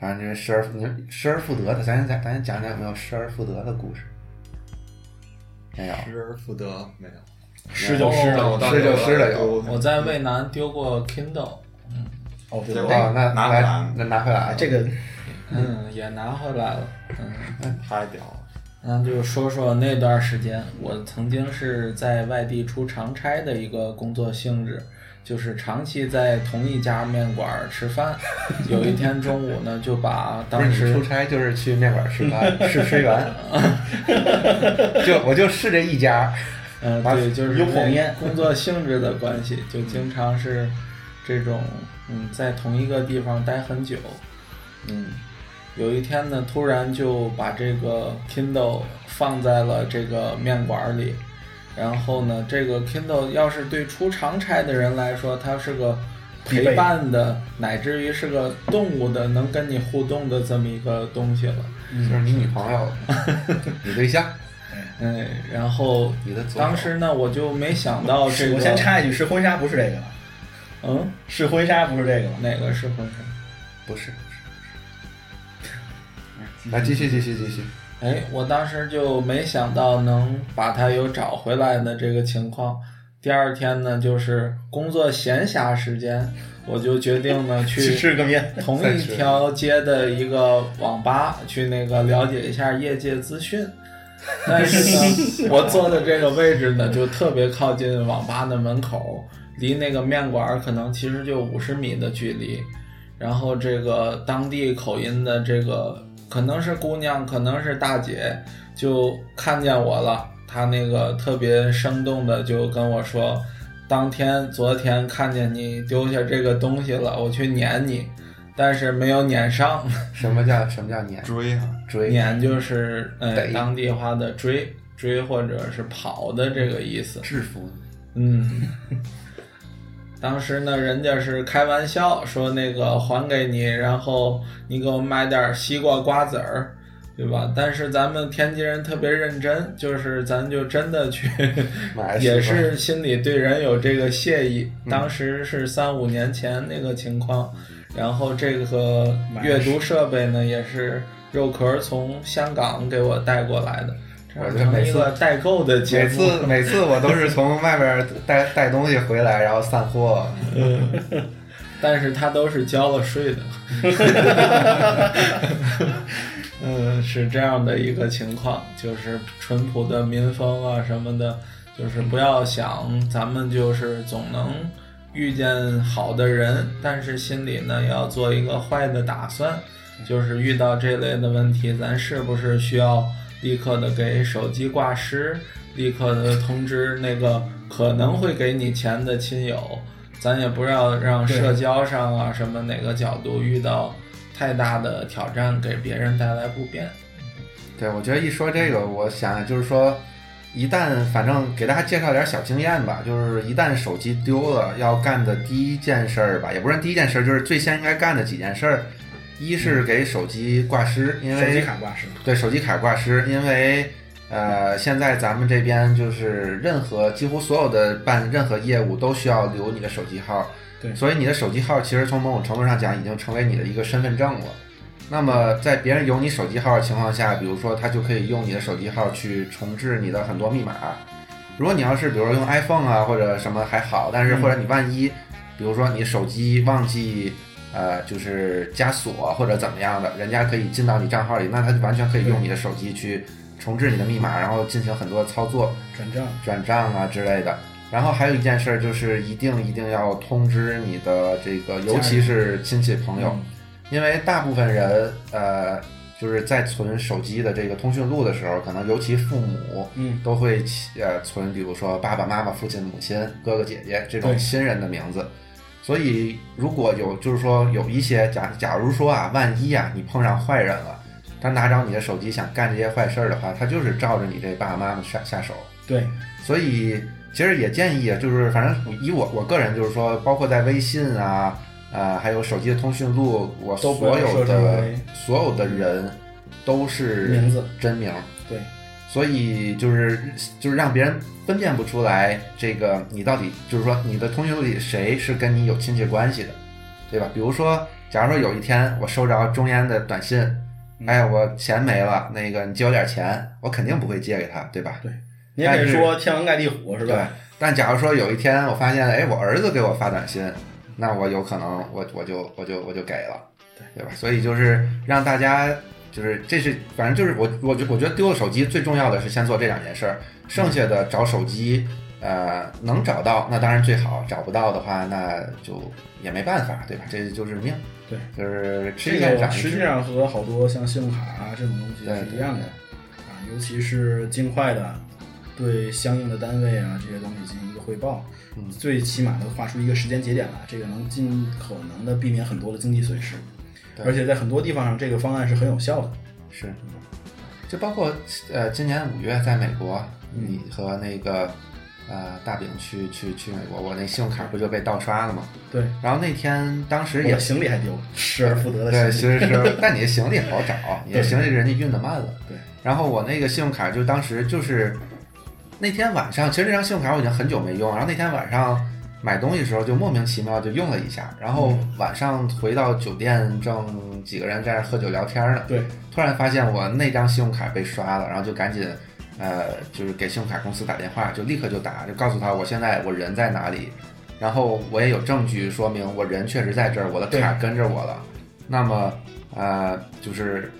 [SPEAKER 1] 反正这失而复你失而复得的，咱咱咱讲讲有没有失而复得的故事？没有，
[SPEAKER 4] 失而复得没有，
[SPEAKER 2] 失
[SPEAKER 3] 哦
[SPEAKER 2] 就失了，
[SPEAKER 4] 我当时
[SPEAKER 1] 失就失了有
[SPEAKER 4] 我
[SPEAKER 3] 我在渭南丢过 Kindle，
[SPEAKER 2] 哦，对
[SPEAKER 4] 结
[SPEAKER 2] 对
[SPEAKER 4] 果
[SPEAKER 2] 对，
[SPEAKER 1] 哇，那
[SPEAKER 4] 拿
[SPEAKER 1] 来
[SPEAKER 4] 回来了
[SPEAKER 1] 那拿回来
[SPEAKER 2] 啊
[SPEAKER 1] 了，
[SPEAKER 2] 这个
[SPEAKER 3] 嗯，也拿回来了，嗯。
[SPEAKER 4] 太屌了，
[SPEAKER 3] 那就说说那段时间，我曾经是在外地出长差的一个工作性质，就是长期在同一家面馆儿吃 饭。有一天中午呢，就把
[SPEAKER 1] 不是
[SPEAKER 3] 当
[SPEAKER 1] 你
[SPEAKER 3] 时
[SPEAKER 1] 出差就是去面馆吃饭，试吃员，就我就试这一家，
[SPEAKER 3] 嗯，
[SPEAKER 1] 啊
[SPEAKER 3] 对，就是
[SPEAKER 1] 有谎
[SPEAKER 3] 因为工作性质的关系，就经常是这种，嗯，在同一个地方待很久，嗯，有一天呢，突然就把这个 Kindle 放在了这个面馆里，然后呢，这个 Kindle 要是对出长差的人来说，它是个
[SPEAKER 2] 必备
[SPEAKER 3] 陪伴的，乃至于是个动物的，能跟你互动的这么一个东西了。
[SPEAKER 1] 就是你女朋友、你对象、
[SPEAKER 3] 嗯，然后
[SPEAKER 1] 你的左手
[SPEAKER 3] 当时呢，我就没想到这个，
[SPEAKER 2] 我先插一句，是婚纱不是这个吧，
[SPEAKER 3] 嗯，
[SPEAKER 2] 是婚纱不是这个吧？
[SPEAKER 3] 哪个是婚纱？
[SPEAKER 1] 不是，不是，来继续继续继续，
[SPEAKER 3] 哎，我当时就没想到能把它有找回来的这个情况。第二天呢，就是工作闲暇时间，我就决定呢
[SPEAKER 2] 去
[SPEAKER 3] 去
[SPEAKER 2] 吃个面，
[SPEAKER 3] 同一条街的一个网吧去那个了解一下业界资讯。但是呢，我坐的这个位置呢，就特别靠近网吧的门口，离那个面馆儿可能其实就五十米的距离。然后这个当地口音的这个可能是姑娘，可能是大姐，就看见我了。她那个特别生动的就跟我说，当天昨天看见你丢下这个东西了，我去撵你，但是没有撵上。
[SPEAKER 1] 什么叫什么叫撵
[SPEAKER 4] 追啊，
[SPEAKER 1] 追？
[SPEAKER 3] 撵就是呃
[SPEAKER 1] 逮
[SPEAKER 3] 当地话的追追或者是跑的这个意思。
[SPEAKER 1] 制服你。
[SPEAKER 3] 嗯，当时呢，人家是开玩笑说那个还给你，然后你给我买点西瓜瓜子儿，对吧？但是咱们天津人特别认真，就是咱就真的去
[SPEAKER 1] 买，
[SPEAKER 3] 也是心里对人有这个谢意。
[SPEAKER 1] 嗯
[SPEAKER 3] 当时是三五年前那个情况，
[SPEAKER 1] 嗯
[SPEAKER 3] 然后这个阅读设备呢也是肉壳从香港给我带过来的。这
[SPEAKER 1] 我
[SPEAKER 3] 样
[SPEAKER 1] 就
[SPEAKER 3] 成
[SPEAKER 1] 每
[SPEAKER 3] 一
[SPEAKER 1] 次
[SPEAKER 3] 个代购的节
[SPEAKER 1] 每
[SPEAKER 3] 目，
[SPEAKER 1] 次每次我都是从外边带带东西回来，然后散货。
[SPEAKER 3] 但是他都是交了税的。 嗯，是这样的一个情况，就是淳朴的民风啊什么的，就是不要想咱们就是总能遇见好的人，但是心里呢要做一个坏的打算，就是遇到这类的问题，咱是不是需要立刻的给手机挂失，立刻的通知那个可能会给你钱的亲友，咱也不要让社交上啊什么哪个角度遇到太大的挑战，给别人带来不便。
[SPEAKER 1] 对，我觉得一说这个，我想就是说，一旦反正给大家介绍点小经验吧，就是一旦手机丢了，要干的第一件事儿吧，也不是第一件事儿，就是最先应该干的几件事儿。一是给手机挂失，因为
[SPEAKER 2] 手机卡挂失，
[SPEAKER 1] 对手机卡挂失，因为呃，现在咱们这边就是任何几乎所有的办任何业务都需要留你的手机号，
[SPEAKER 2] 对
[SPEAKER 1] 所以你的手机号其实从某种程度上讲已经成为你的一个身份证了。那么在别人有你手机号的情况下，比如说他就可以用你的手机号去重置你的很多密码。如果你要是比如说用 iPhone 啊或者什么还好，但是或者你万一，比如说你手机忘记呃就是加锁或者怎么样的，人家可以进到你账号里，那他就完全可以用你的手机去重置你的密码，然后进行很多操作。
[SPEAKER 2] 转账。
[SPEAKER 1] 转账啊之类的。然后还有一件事儿就是，一定一定要通知你的这个，尤其是亲戚朋
[SPEAKER 2] 嗯
[SPEAKER 1] 友，因为大部分人呃，就是在存手机的这个通讯录的时候，可能尤其父母
[SPEAKER 2] 嗯，
[SPEAKER 1] 都会起呃存，比如说爸爸妈妈、父亲、母亲、哥哥姐姐这种
[SPEAKER 2] 对
[SPEAKER 1] 亲人的名字。所以如果有就是说有一些假假如说啊，万一啊你碰上坏人了，他拿着你的手机想干这些坏事儿的话，他就是照着你这爸爸妈妈下下手。
[SPEAKER 2] 对，
[SPEAKER 1] 所以其实也建议啊，就是反正以我我个人就是说，包括在微信啊，呃，还有手机的通讯录，我
[SPEAKER 2] 都不要
[SPEAKER 1] 所有
[SPEAKER 2] 设置
[SPEAKER 1] 的
[SPEAKER 2] 为
[SPEAKER 1] 所有的人都是
[SPEAKER 2] 名字
[SPEAKER 1] 真名，
[SPEAKER 2] 对，
[SPEAKER 1] 所以就是就是让别人分辨不出来这个你到底就是说你的通讯录里谁是跟你有亲戚关系的，对吧？比如说，假如说有一天我收着中烟的短信，
[SPEAKER 2] 嗯
[SPEAKER 1] 哎，我钱没了，那个你借我点钱，我肯定不会借给他，对吧？
[SPEAKER 2] 你也可
[SPEAKER 1] 但
[SPEAKER 2] 以
[SPEAKER 1] 是
[SPEAKER 2] 说天王盖地虎是
[SPEAKER 1] 对
[SPEAKER 2] 吧？，
[SPEAKER 1] 但假如说有一天我发现，哎，我儿子给我发短信，那我有可能我我就我就我就给了，
[SPEAKER 2] 对
[SPEAKER 1] 对吧？所以就是让大家就是这是反正就是我我觉我觉得丢了手机最重要的是先做这两件事儿，剩下的找手机。呃，能找到那当然最好，找不到的话那就也没办法，对吧？这就是命，
[SPEAKER 2] 对，
[SPEAKER 1] 就是吃
[SPEAKER 2] 这
[SPEAKER 1] 一堑
[SPEAKER 2] 个
[SPEAKER 1] 长
[SPEAKER 2] 实
[SPEAKER 1] 一
[SPEAKER 2] 际
[SPEAKER 1] 智。
[SPEAKER 2] 上和好多像信用卡啊这种东西
[SPEAKER 1] 对
[SPEAKER 2] 是一样的啊，尤其是尽快的对相应的单位啊这些东西进行一个汇报，
[SPEAKER 1] 嗯
[SPEAKER 2] 最起码的画出一个时间节点来，这个能尽可能的避免很多的经济损失，
[SPEAKER 1] 对
[SPEAKER 2] 而且在很多地方上这个方案是很有效的。
[SPEAKER 1] 是，
[SPEAKER 2] 嗯
[SPEAKER 1] 就包括呃，今年五月在美国，你
[SPEAKER 2] 嗯
[SPEAKER 1] 和那个呃大饼去去去美国，我那信用卡不就被盗刷了吗？
[SPEAKER 2] 对，
[SPEAKER 1] 然后那天当时
[SPEAKER 2] 我
[SPEAKER 1] 也
[SPEAKER 2] 的行李还丢了，失而复得
[SPEAKER 1] 对，
[SPEAKER 2] 的
[SPEAKER 1] 其
[SPEAKER 2] 行李。
[SPEAKER 1] 实是，但你的行李好找，你的行李人家运的慢了。
[SPEAKER 2] 对，
[SPEAKER 1] 然后我那个信用卡就当时就是那天晚上，其实这张信用卡我已经很久没用，然后那天晚上买东西的时候就莫名其妙就用了一下，然后
[SPEAKER 2] 嗯
[SPEAKER 1] 晚上回到酒店正几个人在那喝酒聊天呢，
[SPEAKER 2] 对，
[SPEAKER 1] 突然发现我那张信用卡被刷了，然后就赶紧，呃，就是给信用卡公司打电话，就立刻就打，就告诉他我现在我人在哪里，然后我也有证据说明我人确实在这儿，我的卡跟着我了。那么，呃，就是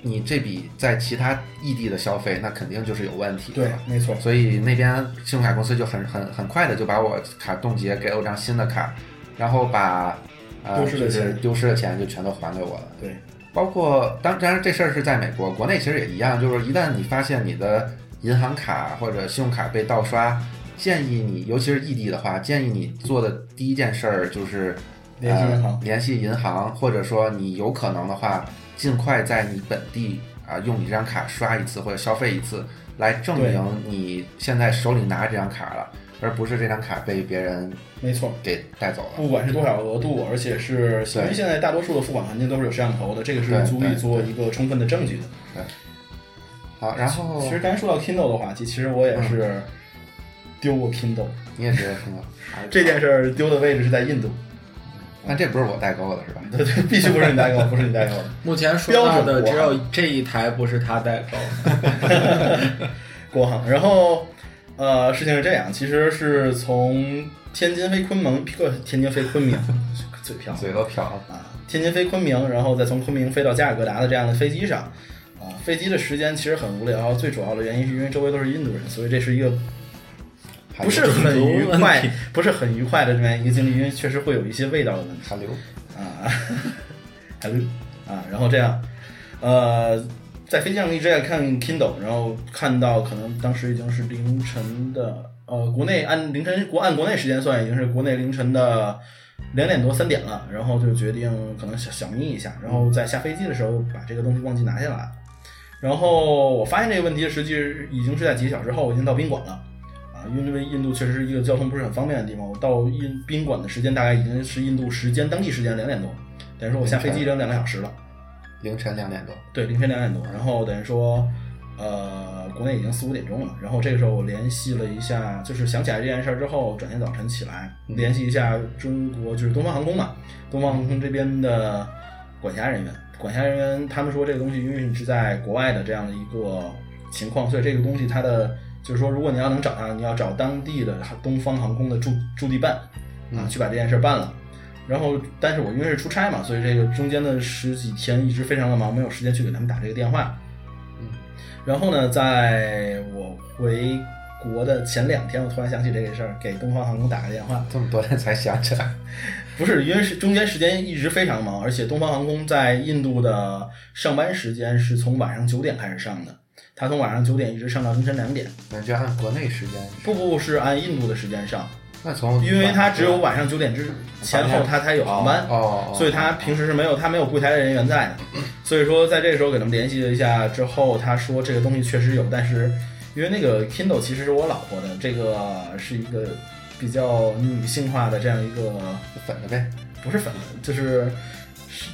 [SPEAKER 1] 你这笔在其他异地的消费，那肯定就是有问题的
[SPEAKER 2] 对
[SPEAKER 1] 了。，
[SPEAKER 2] 没错。
[SPEAKER 1] 所以那边信用卡公司就很很很快的就把我卡冻结，给了我张新的卡，然后把呃
[SPEAKER 2] 丢失的
[SPEAKER 1] 就
[SPEAKER 2] 钱
[SPEAKER 1] 是丢失的钱就全都还给我了。
[SPEAKER 2] 对，
[SPEAKER 1] 包括当当然这事儿是在美国，国内其实也一样，就是一旦你发现你的银行卡或者信用卡被盗刷，建议你，尤其是异地的话，建议你做的第一件事儿就是
[SPEAKER 2] 联系银行
[SPEAKER 1] 呃联系银行，或者说你有可能的话，尽快在你本地啊、用你这张卡刷一次或者消费一次，来证
[SPEAKER 2] 对
[SPEAKER 1] 明你现在手里拿这张卡了，而不是这张卡被别人
[SPEAKER 2] 没错。
[SPEAKER 1] 给带走了。
[SPEAKER 2] 不管是多少额度，而且是因为
[SPEAKER 1] 对
[SPEAKER 2] 现在大多数的付款环境都是有摄像头的，这个是
[SPEAKER 1] 对
[SPEAKER 2] 足以
[SPEAKER 1] 对
[SPEAKER 2] 做一个充分的证据的。
[SPEAKER 1] 好，然后
[SPEAKER 2] 其实刚才说到 Kindle 的话题，其实我也是丢过 Kindle，、
[SPEAKER 1] 你也觉得挺好，
[SPEAKER 2] 这件事儿丢的位置是在印度，
[SPEAKER 1] 但这不是我代购的是吧？
[SPEAKER 2] 对对，必须不是你代购，不是你代购的。
[SPEAKER 3] 目前说到的
[SPEAKER 2] 标准
[SPEAKER 3] 只
[SPEAKER 2] 国啊行
[SPEAKER 3] 有这一台不是他代购，
[SPEAKER 2] 国航。然后，呃，事情是这样，其实是从天津飞昆明，不天津飞昆明，嘴瓢
[SPEAKER 1] 嘴都瓢了。
[SPEAKER 2] 啊，天津飞昆明，然后再从昆明飞到加尔各答的这样的飞机上，啊，飞机的时间其实很无聊，最主要的原因是因为周围都是印度人，所以这是一个不是很愉快，不是很愉快的这么样一个经历，因为确实会有一些味道的问题
[SPEAKER 1] 韩流，
[SPEAKER 2] 啊， 还有啊，然后这样，呃，在飞机上一直在看 Kindle，然后看到可能当时已经是凌晨的，呃，国内按凌晨国按国内时间算，已经是国内凌晨的两点多三点了，然后就决定可能小小眯一下，然后在下飞机的时候把这个东西忘记拿下来了。然后我发现这个问题，实际是已经是在几个小时后，我已经到宾馆了。啊，因为印度确实是一个交通不是很方便的地方，我到印宾馆的时间大概已经是印度时间当地时间两点多，等于说我下飞机已经两个小时了，
[SPEAKER 1] 凌晨两点多，
[SPEAKER 2] 对，凌晨两点多，然后等于说，呃，国内已经四五点钟了，然后这个时候我联系了一下，就是想起来这件事儿之后，转天早晨起来联系一下中国就是东方航空嘛，东方航空这边的管辖人员，管辖人员他们说这个东西因为你是在国外的这样的一个情况，所以这个东西它的就是说，如果你要能找他，你要找当地的东方航空的驻驻地办啊，去把这件事儿办了。然后，但是我因为是出差嘛，所以这个中间的十几天一直非常的忙，没有时间去给他们打这个电话。
[SPEAKER 1] 嗯，
[SPEAKER 2] 然后呢，在我回国的前两天，我突然想起这个事儿，给东方航空打个电话。
[SPEAKER 1] 这么多天才想起来。
[SPEAKER 2] 不是，因为是中间时间一直非常忙，而且东方航空在印度的上班时间是从晚上九点开始上的，它从晚上九点一直上到凌晨两点。
[SPEAKER 1] 那就按国内时间，
[SPEAKER 2] 不不不是按印度的时间上，
[SPEAKER 1] 那从
[SPEAKER 2] 因为他只有晚上九点之前后他才有航班，
[SPEAKER 1] 哦，
[SPEAKER 2] 所以他平时是没有他没有柜台的人员在的，所以说在这个时候给他们联系了一下之后，他说这个东西确实有，但是因为那个 Kindle 其实是我老婆的，这个是一个比较女性化的这样一个
[SPEAKER 1] 粉了呗，
[SPEAKER 2] 不是粉，就是是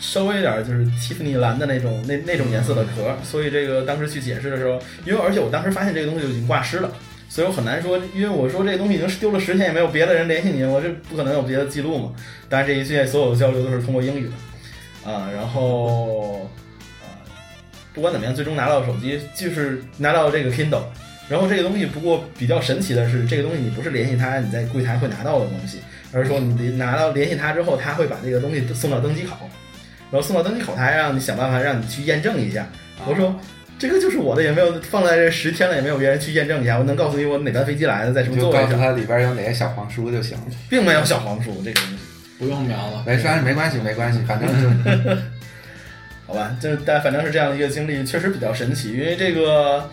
[SPEAKER 2] 稍微有点就是蒂芙尼蓝的那种那那种颜色的壳，所以这个当时去解释的时候，因为而且我当时发现这个东西就已经挂失了。所以我很难说，因为我说这个东西已经丢了十天，也没有别的人联系你，我这不可能有别的记录嘛。当然，这一切所有的交流都是通过英语的，啊，然后啊，不管怎么样，最终拿到手机就是拿到这个 Kindle。然后这个东西，不过比较神奇的是，这个东西你不是联系他你在柜台会拿到的东西，而是说你拿到联系他之后，他会把这个东西送到登机口，然后送到登机口，他还让你想办法让你去验证一下。我说这个就是我的，也没有放在这十天了，也没有别人去验证一下。我能告诉你我哪班飞机来的，在什
[SPEAKER 1] 你
[SPEAKER 2] 么
[SPEAKER 1] 就
[SPEAKER 2] 座位
[SPEAKER 1] 告诉
[SPEAKER 2] 上，
[SPEAKER 1] 他里边有哪些小黄书就行了。
[SPEAKER 2] 并没有小黄书这个东西。
[SPEAKER 3] 不用瞄了，
[SPEAKER 1] 没关系，没关系，没关系，反正 就
[SPEAKER 2] 好吧，就是但反正是这样的一个经历，确实比较神奇。因为这个，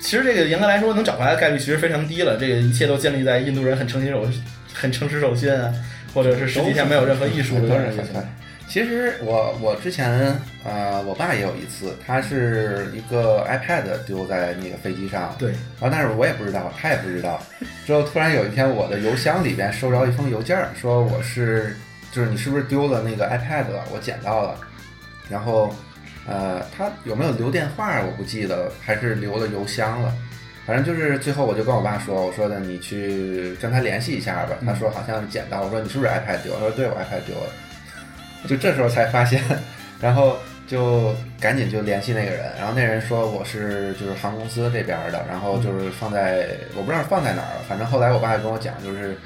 [SPEAKER 2] 其实这个严格来说，能找回来的概率其实非常低了。这个一切都建立在印度人很诚心守、很诚实守信啊，
[SPEAKER 1] 哦
[SPEAKER 2] 或者是十几天没有任何艺术的
[SPEAKER 1] 当
[SPEAKER 2] 这
[SPEAKER 1] 然
[SPEAKER 2] 样一个情况。
[SPEAKER 1] 其实我我之前呃，我爸也有一次，他是一个 iPad 丢在那个飞机上，
[SPEAKER 2] 对，
[SPEAKER 1] 然后但是我也不知道，他也不知道。之后突然有一天，我的邮箱里边收着一封邮件儿，说我是就是你是不是丢了那个 iPad 了？我捡到了。然后呃，他有没有留电话啊我不记得，还是留了邮箱了。反正就是最后我就跟我爸说，我说的你去跟他联系一下吧。他说好像捡到，我说你是不是 iPad 丢了？他说对，我 iPad 丢了。 就这时候才发现， 然后就赶紧就联系那个人，然后那人说我是就是航空公司这边儿的，然后就是放在我不知道放在哪儿了，反正后来我爸就跟我讲，就是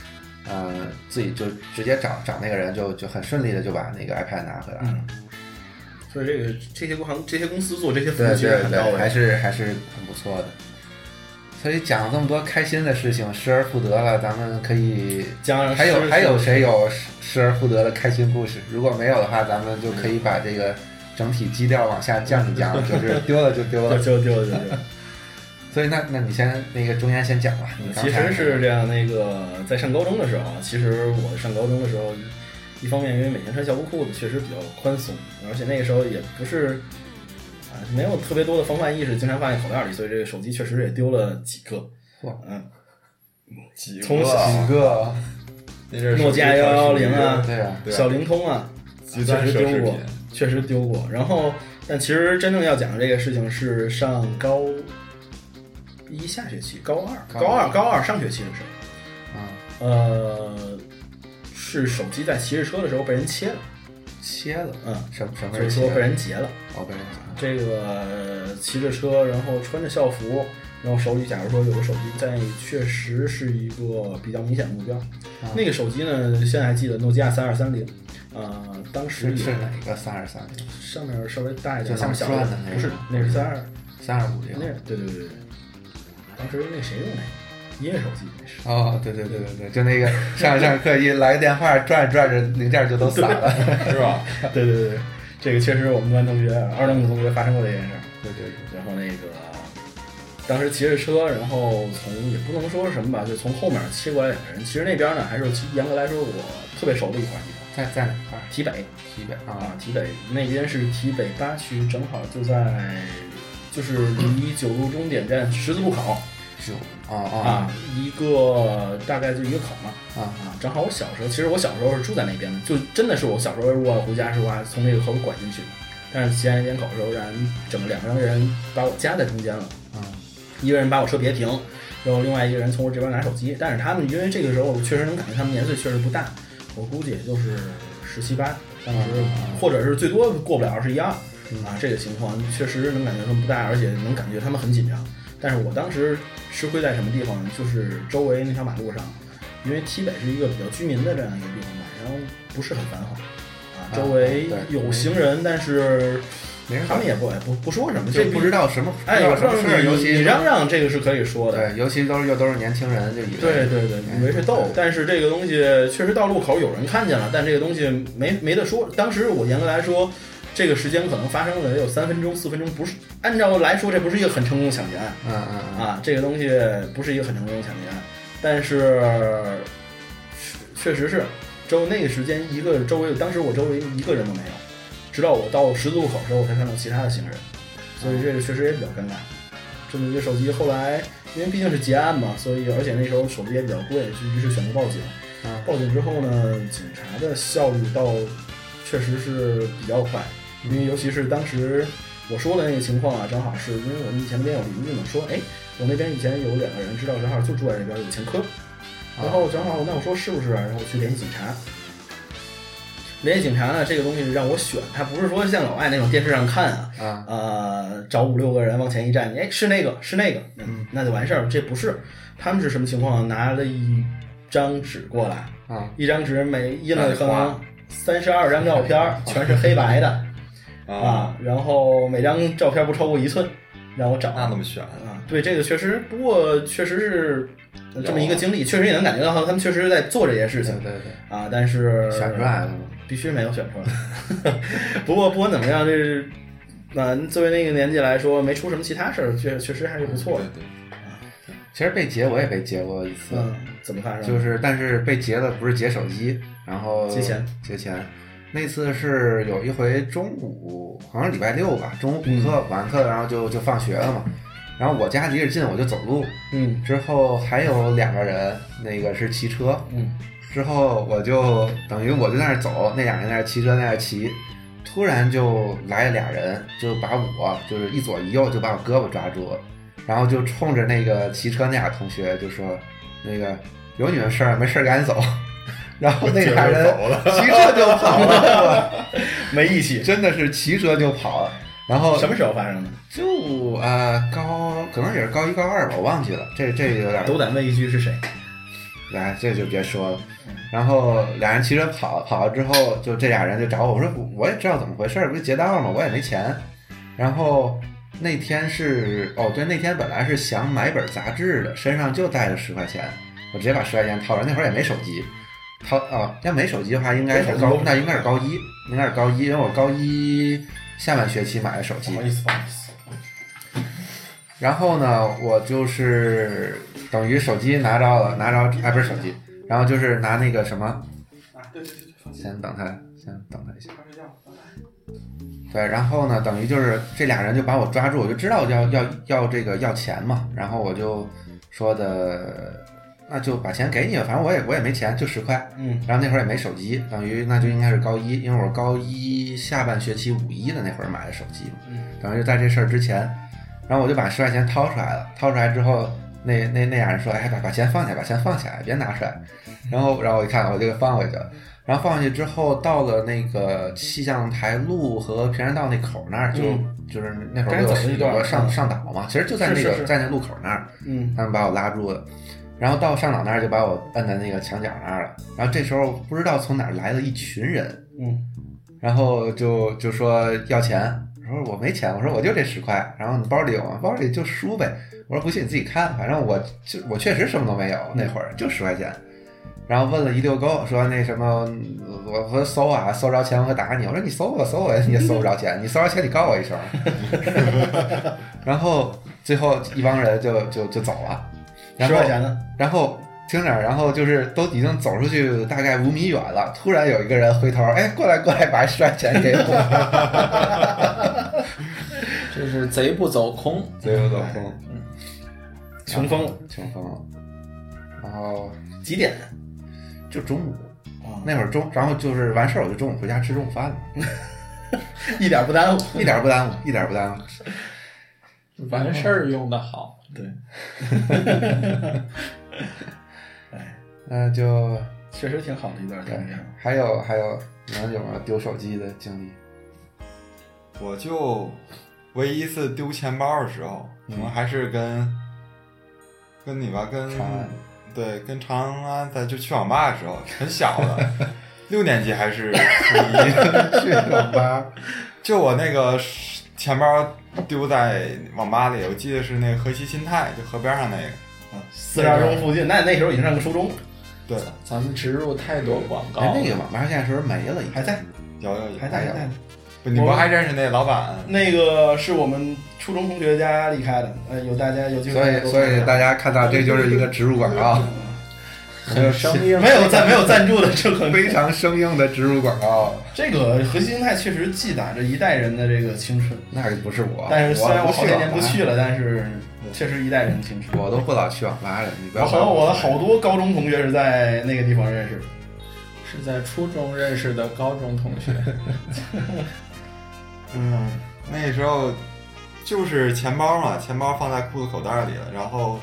[SPEAKER 1] 嗯、呃自己就直接找找那个人就就很顺利的就把那个 iPad 拿回来了，
[SPEAKER 2] 所以这个这些行这些公司做这些服务
[SPEAKER 1] 对
[SPEAKER 2] 其实
[SPEAKER 1] 对
[SPEAKER 2] 很到
[SPEAKER 1] 对，还
[SPEAKER 2] 位。
[SPEAKER 1] 是还是很不错的。所以讲了这么多开心的事情，失而复得了，咱们可以
[SPEAKER 2] 将
[SPEAKER 1] 还有
[SPEAKER 2] 是
[SPEAKER 1] 还有谁有失失而复得的开心故事？如果没有的话，咱们就可以把这个整体基调往下降一降， 就是丢了就丢
[SPEAKER 2] 就
[SPEAKER 1] 了。
[SPEAKER 2] 就就就就
[SPEAKER 1] 所以那那你先那个中间先讲吧。你刚
[SPEAKER 2] 其
[SPEAKER 1] 才
[SPEAKER 2] 实是这样，那个在上高中的时候啊，其实我上高中的时候，一方面因为每天穿校服裤子确实比较宽松，而且那个时候也不是啊没有特别多的防范意识，经常放在口袋里，所以这个手机确实也丢了几个。
[SPEAKER 1] 嚯
[SPEAKER 2] 嗯，
[SPEAKER 4] 几
[SPEAKER 2] 从
[SPEAKER 4] 个啊
[SPEAKER 1] 几个？
[SPEAKER 4] 那阵儿手机
[SPEAKER 2] 诺基亚110啊
[SPEAKER 1] 对啊，
[SPEAKER 4] 对
[SPEAKER 2] 小灵通啊，
[SPEAKER 4] 极
[SPEAKER 2] 确
[SPEAKER 4] 端
[SPEAKER 2] 实
[SPEAKER 4] 奢
[SPEAKER 2] 丢
[SPEAKER 4] 侈
[SPEAKER 2] 过
[SPEAKER 4] 品，
[SPEAKER 2] 确实丢过。然后，但其实真正要讲的这个事情是上高一下学期，高二，
[SPEAKER 1] 高
[SPEAKER 2] 高
[SPEAKER 1] 二
[SPEAKER 2] 二，高二上学期的时候。
[SPEAKER 1] 啊，
[SPEAKER 2] 呃，是手机在骑着车的时候被人切了，
[SPEAKER 1] 切了，
[SPEAKER 2] 嗯，
[SPEAKER 1] 什么什么
[SPEAKER 2] 就是
[SPEAKER 1] 人
[SPEAKER 2] 说
[SPEAKER 1] 切
[SPEAKER 2] 被
[SPEAKER 1] 了？
[SPEAKER 2] 人劫了。
[SPEAKER 1] 哦，被人切了。
[SPEAKER 2] 这个呃骑着车，然后穿着校服，然后手里假如说有个手机在内，确实是一个比较明显的目标。那个手机呢，现在还记得诺基亚三二三零，呃，当时
[SPEAKER 1] 是
[SPEAKER 2] 也
[SPEAKER 1] 是哪个三二三零？
[SPEAKER 2] 上面稍微大一点，
[SPEAKER 1] 就
[SPEAKER 2] 下面小一
[SPEAKER 1] 转的那个
[SPEAKER 2] 点，不是，那是三二，
[SPEAKER 1] 三二五零
[SPEAKER 2] 那？是对对对对，对当时那谁用的？音乐手机那是。
[SPEAKER 1] 哦，对对对对对，就那个上上课一来个电话，转着转着零件就都散了。
[SPEAKER 4] 是吧？
[SPEAKER 2] 对对对对，这个确实我们班同学二等组同学发生过这件事儿。
[SPEAKER 1] 对对对，
[SPEAKER 2] 然后那个当时骑着车，然后从也不能说什么吧，就从后面切过来两个人。其实那边呢，还是严格来说我特别熟的一块地方，
[SPEAKER 1] 在在哪块儿？
[SPEAKER 2] 提北
[SPEAKER 1] 西北啊
[SPEAKER 2] 啊，，提北那边是提北八区，正好就在就是离九路终点站十字路口
[SPEAKER 1] 是啊啊
[SPEAKER 2] 啊，一个大概就一个口嘛。
[SPEAKER 1] 啊！
[SPEAKER 2] 啊，正好我小时候，其实我小时候是住在那边的，就真的是我小时候如果要回家是话，从那个河口拐进去的。但是西安人口的时候，让人整个两个人把我夹在中间了，
[SPEAKER 1] 嗯，
[SPEAKER 2] 一个人把我车别停，然后另外一个人从我这边拿手机。但是他们因为这个时候，我确实能感觉他们年岁确实不大，我估计也就是十七八，当
[SPEAKER 1] 啊
[SPEAKER 2] 时或者是最多过不了二十一二
[SPEAKER 1] 嗯
[SPEAKER 2] 啊，这个情况确实能感觉他们不大，而且能感觉他们很紧张。但是我当时吃亏在什么地方呢？就是周围那条马路上，因为西北是一个比较居民的这样一个地方，晚上不是很繁华啊，周围
[SPEAKER 1] 啊对
[SPEAKER 2] 有行人，但是
[SPEAKER 1] 没人
[SPEAKER 2] 他们也不不不说什么，这
[SPEAKER 1] 就不知道什么，
[SPEAKER 2] 哎，
[SPEAKER 1] 不
[SPEAKER 2] 有
[SPEAKER 1] 知道什么事儿，
[SPEAKER 2] 你
[SPEAKER 1] 尤
[SPEAKER 2] 你
[SPEAKER 1] 其
[SPEAKER 2] 嚷嚷这个是可以说的，
[SPEAKER 1] 对，尤其都是又都是年轻人，就以为
[SPEAKER 2] 对对对，以为是逗，但是这个东西确实到路口有人看见了，但这个东西没没得说。当时我严格来说，这个时间可能发生了得有三分钟、四分钟，不是啊按照来说这不是一个很成功的抢劫案
[SPEAKER 1] 嗯嗯嗯，
[SPEAKER 2] 啊，这个东西不是一个很成功的抢劫案。但是确实是周那个时间一个周围，当时我周围一个人都没有，直到我到十字路口的时候，我才看到其他的行人，所以这个确实也比较尴尬。这么一个手机，后来因为毕竟是结案嘛，所以而且那时候手机也比较贵，就于是选择报警。
[SPEAKER 1] 啊
[SPEAKER 2] 报警之后呢，警察的效率倒确实是比较快，因为尤其是当时我说的那个情况啊，正好是因为我们以前那边有邻居嘛，说哎，我那边以前有两个人知道，正好就住在那边有前科，然后正好那我说是不是啊，然后我去联系警察。联系警察呢，这个东西让我选，他不是说像老外那种电视上看啊，
[SPEAKER 1] 啊
[SPEAKER 2] 呃，找五六个人往前一站，哎，是那个，是那个，嗯，那就完事儿了。这不是，他们是什么情况？拿了一张纸过来，
[SPEAKER 1] 啊
[SPEAKER 2] 一张纸每印了可
[SPEAKER 1] 哎
[SPEAKER 2] 能
[SPEAKER 1] 花
[SPEAKER 2] 三十二张照片儿，全是黑白的
[SPEAKER 4] 啊，
[SPEAKER 2] 啊，然后每张照片不超过一寸，让我找
[SPEAKER 4] 那怎么选？
[SPEAKER 2] 啊，对这个确实，不过确实是呃这么一个经历，确实也能感觉到他们确实在做这些事
[SPEAKER 1] 对
[SPEAKER 2] 情
[SPEAKER 1] 对对，
[SPEAKER 2] 啊，但是
[SPEAKER 1] 选出来了吗？
[SPEAKER 2] 必须没有选出来。 不过不管怎么样，这是那、作为那个年纪来说，没出什么其他事儿，确确实还是不错的
[SPEAKER 4] 对。对
[SPEAKER 1] 其实被劫我也被劫过一次，
[SPEAKER 2] 嗯，怎么发生？
[SPEAKER 1] 就、是但是被劫的不是劫手机，然后
[SPEAKER 2] 劫钱
[SPEAKER 1] 劫钱。那次是有一回中午，好像是礼拜六吧，中午补课完课，然后就就放学了嘛。然后我家离着近，我就走路。
[SPEAKER 2] 嗯
[SPEAKER 1] 之后还有两个人，那个是骑车，
[SPEAKER 2] 嗯
[SPEAKER 1] 之后我就等于我就在那儿走，那俩人在那儿骑车在那儿骑，突然就来了俩人，就把我就是一左一右就把我胳膊抓住，然后就冲着那个骑车那俩同学就说，那个有你们事儿没事儿赶紧走， 然后那俩人骑车就跑了，
[SPEAKER 2] 嗯没义气。
[SPEAKER 1] 真的是骑车就跑了，然后
[SPEAKER 2] 什么时候发生的？
[SPEAKER 1] 就啊、呃高可能也是高一高二吧，我忘记了，这这有点
[SPEAKER 2] 斗胆问一句是谁？
[SPEAKER 1] 来，这就别说了。然后俩人骑车跑，跑了之后，就这俩人就找我，我说我我也知道怎么回事儿，不是劫道吗？我也没钱。然后那天是哦，对，那天本来是想买本杂志的，身上就带着十块钱，我直接把十块钱掏了。那会儿也没手机，掏哦，要没手机的话，应该是高， 那应该是高一，应该是高一，因为我高一下半学期买的手机。
[SPEAKER 4] 不好意思，不好意思。
[SPEAKER 1] 然后呢，我就是等于手机拿着了，拿着哎不是手机，然后就是拿那个什么，先等他，先等他一下。对，然后呢，等于就是这俩人就把我抓住，我就知道要要要这个要钱嘛，然后我就说的，那就把钱给你吧，反正我也我也没钱，就十块。
[SPEAKER 2] 嗯
[SPEAKER 1] 然后那会儿也没手机，等于那就应该是高一，因为我高一下半学期五一的那会儿买的手机嘛，
[SPEAKER 2] 嗯
[SPEAKER 1] 等于就在这事儿之前，然后我就把十块钱掏出来了，掏出来之后，那那那俩人说，哎，把把钱放下，把钱放下，别拿出来，然后然后我一看，我就给放回去了。然后放回去之后，到了那个气象台路和平山道那口那儿，就、就是那会儿
[SPEAKER 2] 嗯该走
[SPEAKER 1] 有
[SPEAKER 2] 的一段
[SPEAKER 1] 有个上
[SPEAKER 2] 嗯
[SPEAKER 1] 上岛嘛，其实就在那个
[SPEAKER 2] 是是是
[SPEAKER 1] 在那路口那儿，
[SPEAKER 2] 嗯
[SPEAKER 1] 他们把我拉住了，然后到上岛那儿就把我摁在那个墙角那儿了。然后这时候不知道从哪儿来了一群人，
[SPEAKER 2] 嗯
[SPEAKER 1] 然后就就说要钱，我说我没钱，我说我就这十块，然后你包里有吗？包里就输呗。我说不信你自己看，反正我就我确实什么都没有，那会儿就十块钱。然后问了一溜沟，说那什么，我说搜啊，搜着钱我会打你。我说你搜吧，搜吧，你也搜不着钱，你搜着钱你告我一声。 然后最后一帮人就就就走了，然
[SPEAKER 2] 十
[SPEAKER 1] 后
[SPEAKER 2] 块钱呢？
[SPEAKER 1] 然后听着，然后就是都已经走出去大概五米远了，突然有一个人回头，哎，过来过来，把十块钱给 我，
[SPEAKER 3] 这是贼不走空，
[SPEAKER 1] 最后走疯，啊
[SPEAKER 2] 穷疯了。
[SPEAKER 1] 穷疯了。然后
[SPEAKER 2] 几点？
[SPEAKER 1] 就中午
[SPEAKER 2] 啊
[SPEAKER 1] 那会儿中，然后就是完事儿，我就中午回家吃中午饭了，
[SPEAKER 2] 一点不耽误。
[SPEAKER 1] 一点儿不耽误，一点儿不耽 误。
[SPEAKER 3] 完事儿用的好。
[SPEAKER 2] 对，
[SPEAKER 1] 那就
[SPEAKER 2] 确实挺好的一段
[SPEAKER 1] 对
[SPEAKER 3] 哎
[SPEAKER 2] 经历啊。，
[SPEAKER 1] 还有还有，你们有没有丢手机的经历？
[SPEAKER 4] 我就唯一一次丢钱包的时候，可能还是跟跟你吧，跟
[SPEAKER 1] 长安
[SPEAKER 4] 对，跟长安在就去网吧的时候，很小的，六年级还是初一，
[SPEAKER 1] 去网吧，
[SPEAKER 4] 就我那个钱包丢在网吧里，我记得是那个河西新泰，就河边上那个，
[SPEAKER 2] 啊，四十二中附近，那那时候已经上初中了，
[SPEAKER 4] 对，
[SPEAKER 3] 咱们植入太多广告
[SPEAKER 1] 哎
[SPEAKER 3] 了，，
[SPEAKER 1] 那个网吧现在是不是没了？已经
[SPEAKER 2] 还在，
[SPEAKER 4] 有有有，
[SPEAKER 2] 还在，还在。
[SPEAKER 4] 不你不
[SPEAKER 2] 我
[SPEAKER 4] 还认识那老板？
[SPEAKER 2] 那个是我们初中同学家里开的，呃，有大家有机会
[SPEAKER 1] 所
[SPEAKER 2] 大家
[SPEAKER 1] 以
[SPEAKER 2] 都看看，
[SPEAKER 1] 所以大家看到这就是一个植入广告。
[SPEAKER 3] 很生硬，
[SPEAKER 2] 没有赞没有赞助的这个
[SPEAKER 1] 非常生硬的植入广告，
[SPEAKER 2] 这个核心态确实记打着一代人的这个青春。
[SPEAKER 1] 那不是我。
[SPEAKER 2] 但是虽然
[SPEAKER 1] 我不
[SPEAKER 2] 我好
[SPEAKER 1] 去
[SPEAKER 2] 些
[SPEAKER 1] 网
[SPEAKER 2] 年不
[SPEAKER 1] 吧
[SPEAKER 2] 去了，啊嗯但是确实一代人的青春。
[SPEAKER 1] 我都不老去网吧了。你不
[SPEAKER 2] 我
[SPEAKER 1] 要
[SPEAKER 2] 好
[SPEAKER 1] 把
[SPEAKER 2] 像我的
[SPEAKER 1] 说
[SPEAKER 2] 好多高中同学是在那个地方认识的。
[SPEAKER 3] 是在初中认识的高中同 学，
[SPEAKER 4] 嗯，那时候就是钱包嘛，钱包放在裤子口袋里了。然后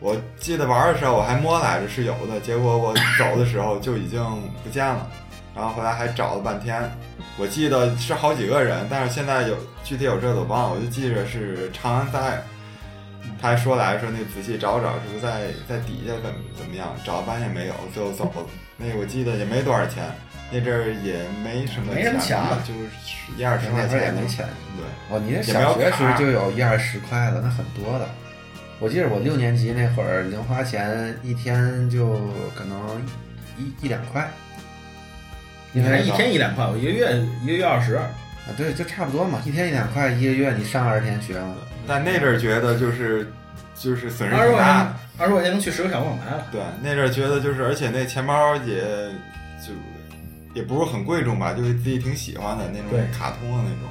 [SPEAKER 4] 我记得玩的时候我还摸来着是有的，结果我走的时候就已经不见了。然后后来还找了半天，我记得是好几个人，但是现在有具体有这个我忘了，我就记着是长安塞。他还说来说那仔细找找，是不是在在底下怎么怎么样？找了半天没有，最后走了。那我记得也没多少钱，那阵儿也没什么
[SPEAKER 2] 没什么钱
[SPEAKER 4] 吧
[SPEAKER 2] 了
[SPEAKER 4] 就是一二十块
[SPEAKER 1] 那会儿也
[SPEAKER 4] 钱
[SPEAKER 1] 没
[SPEAKER 4] 能
[SPEAKER 1] 钱。
[SPEAKER 4] 对，
[SPEAKER 1] 哦，你那小学时候就有一二十块了，那很多的。我记得我六年级那会儿，零花钱一天就可能一一两块，
[SPEAKER 2] 你
[SPEAKER 1] 因为
[SPEAKER 2] 看一天一两块，我一个月一个月二十，
[SPEAKER 1] 啊，对，就差不多嘛，一天一两块，一个月你上二十天学嘛，
[SPEAKER 4] 但那阵儿觉得就是就是损失
[SPEAKER 2] 二十
[SPEAKER 4] 挺
[SPEAKER 2] 块
[SPEAKER 4] 大
[SPEAKER 2] 钱
[SPEAKER 4] 的，
[SPEAKER 2] 二十块钱能去十个小广牌了。
[SPEAKER 4] 对，那阵儿觉得就是，而且那钱包也就也不是很贵重吧，就是自己挺喜欢的那种
[SPEAKER 2] 对
[SPEAKER 4] 卡通的那种，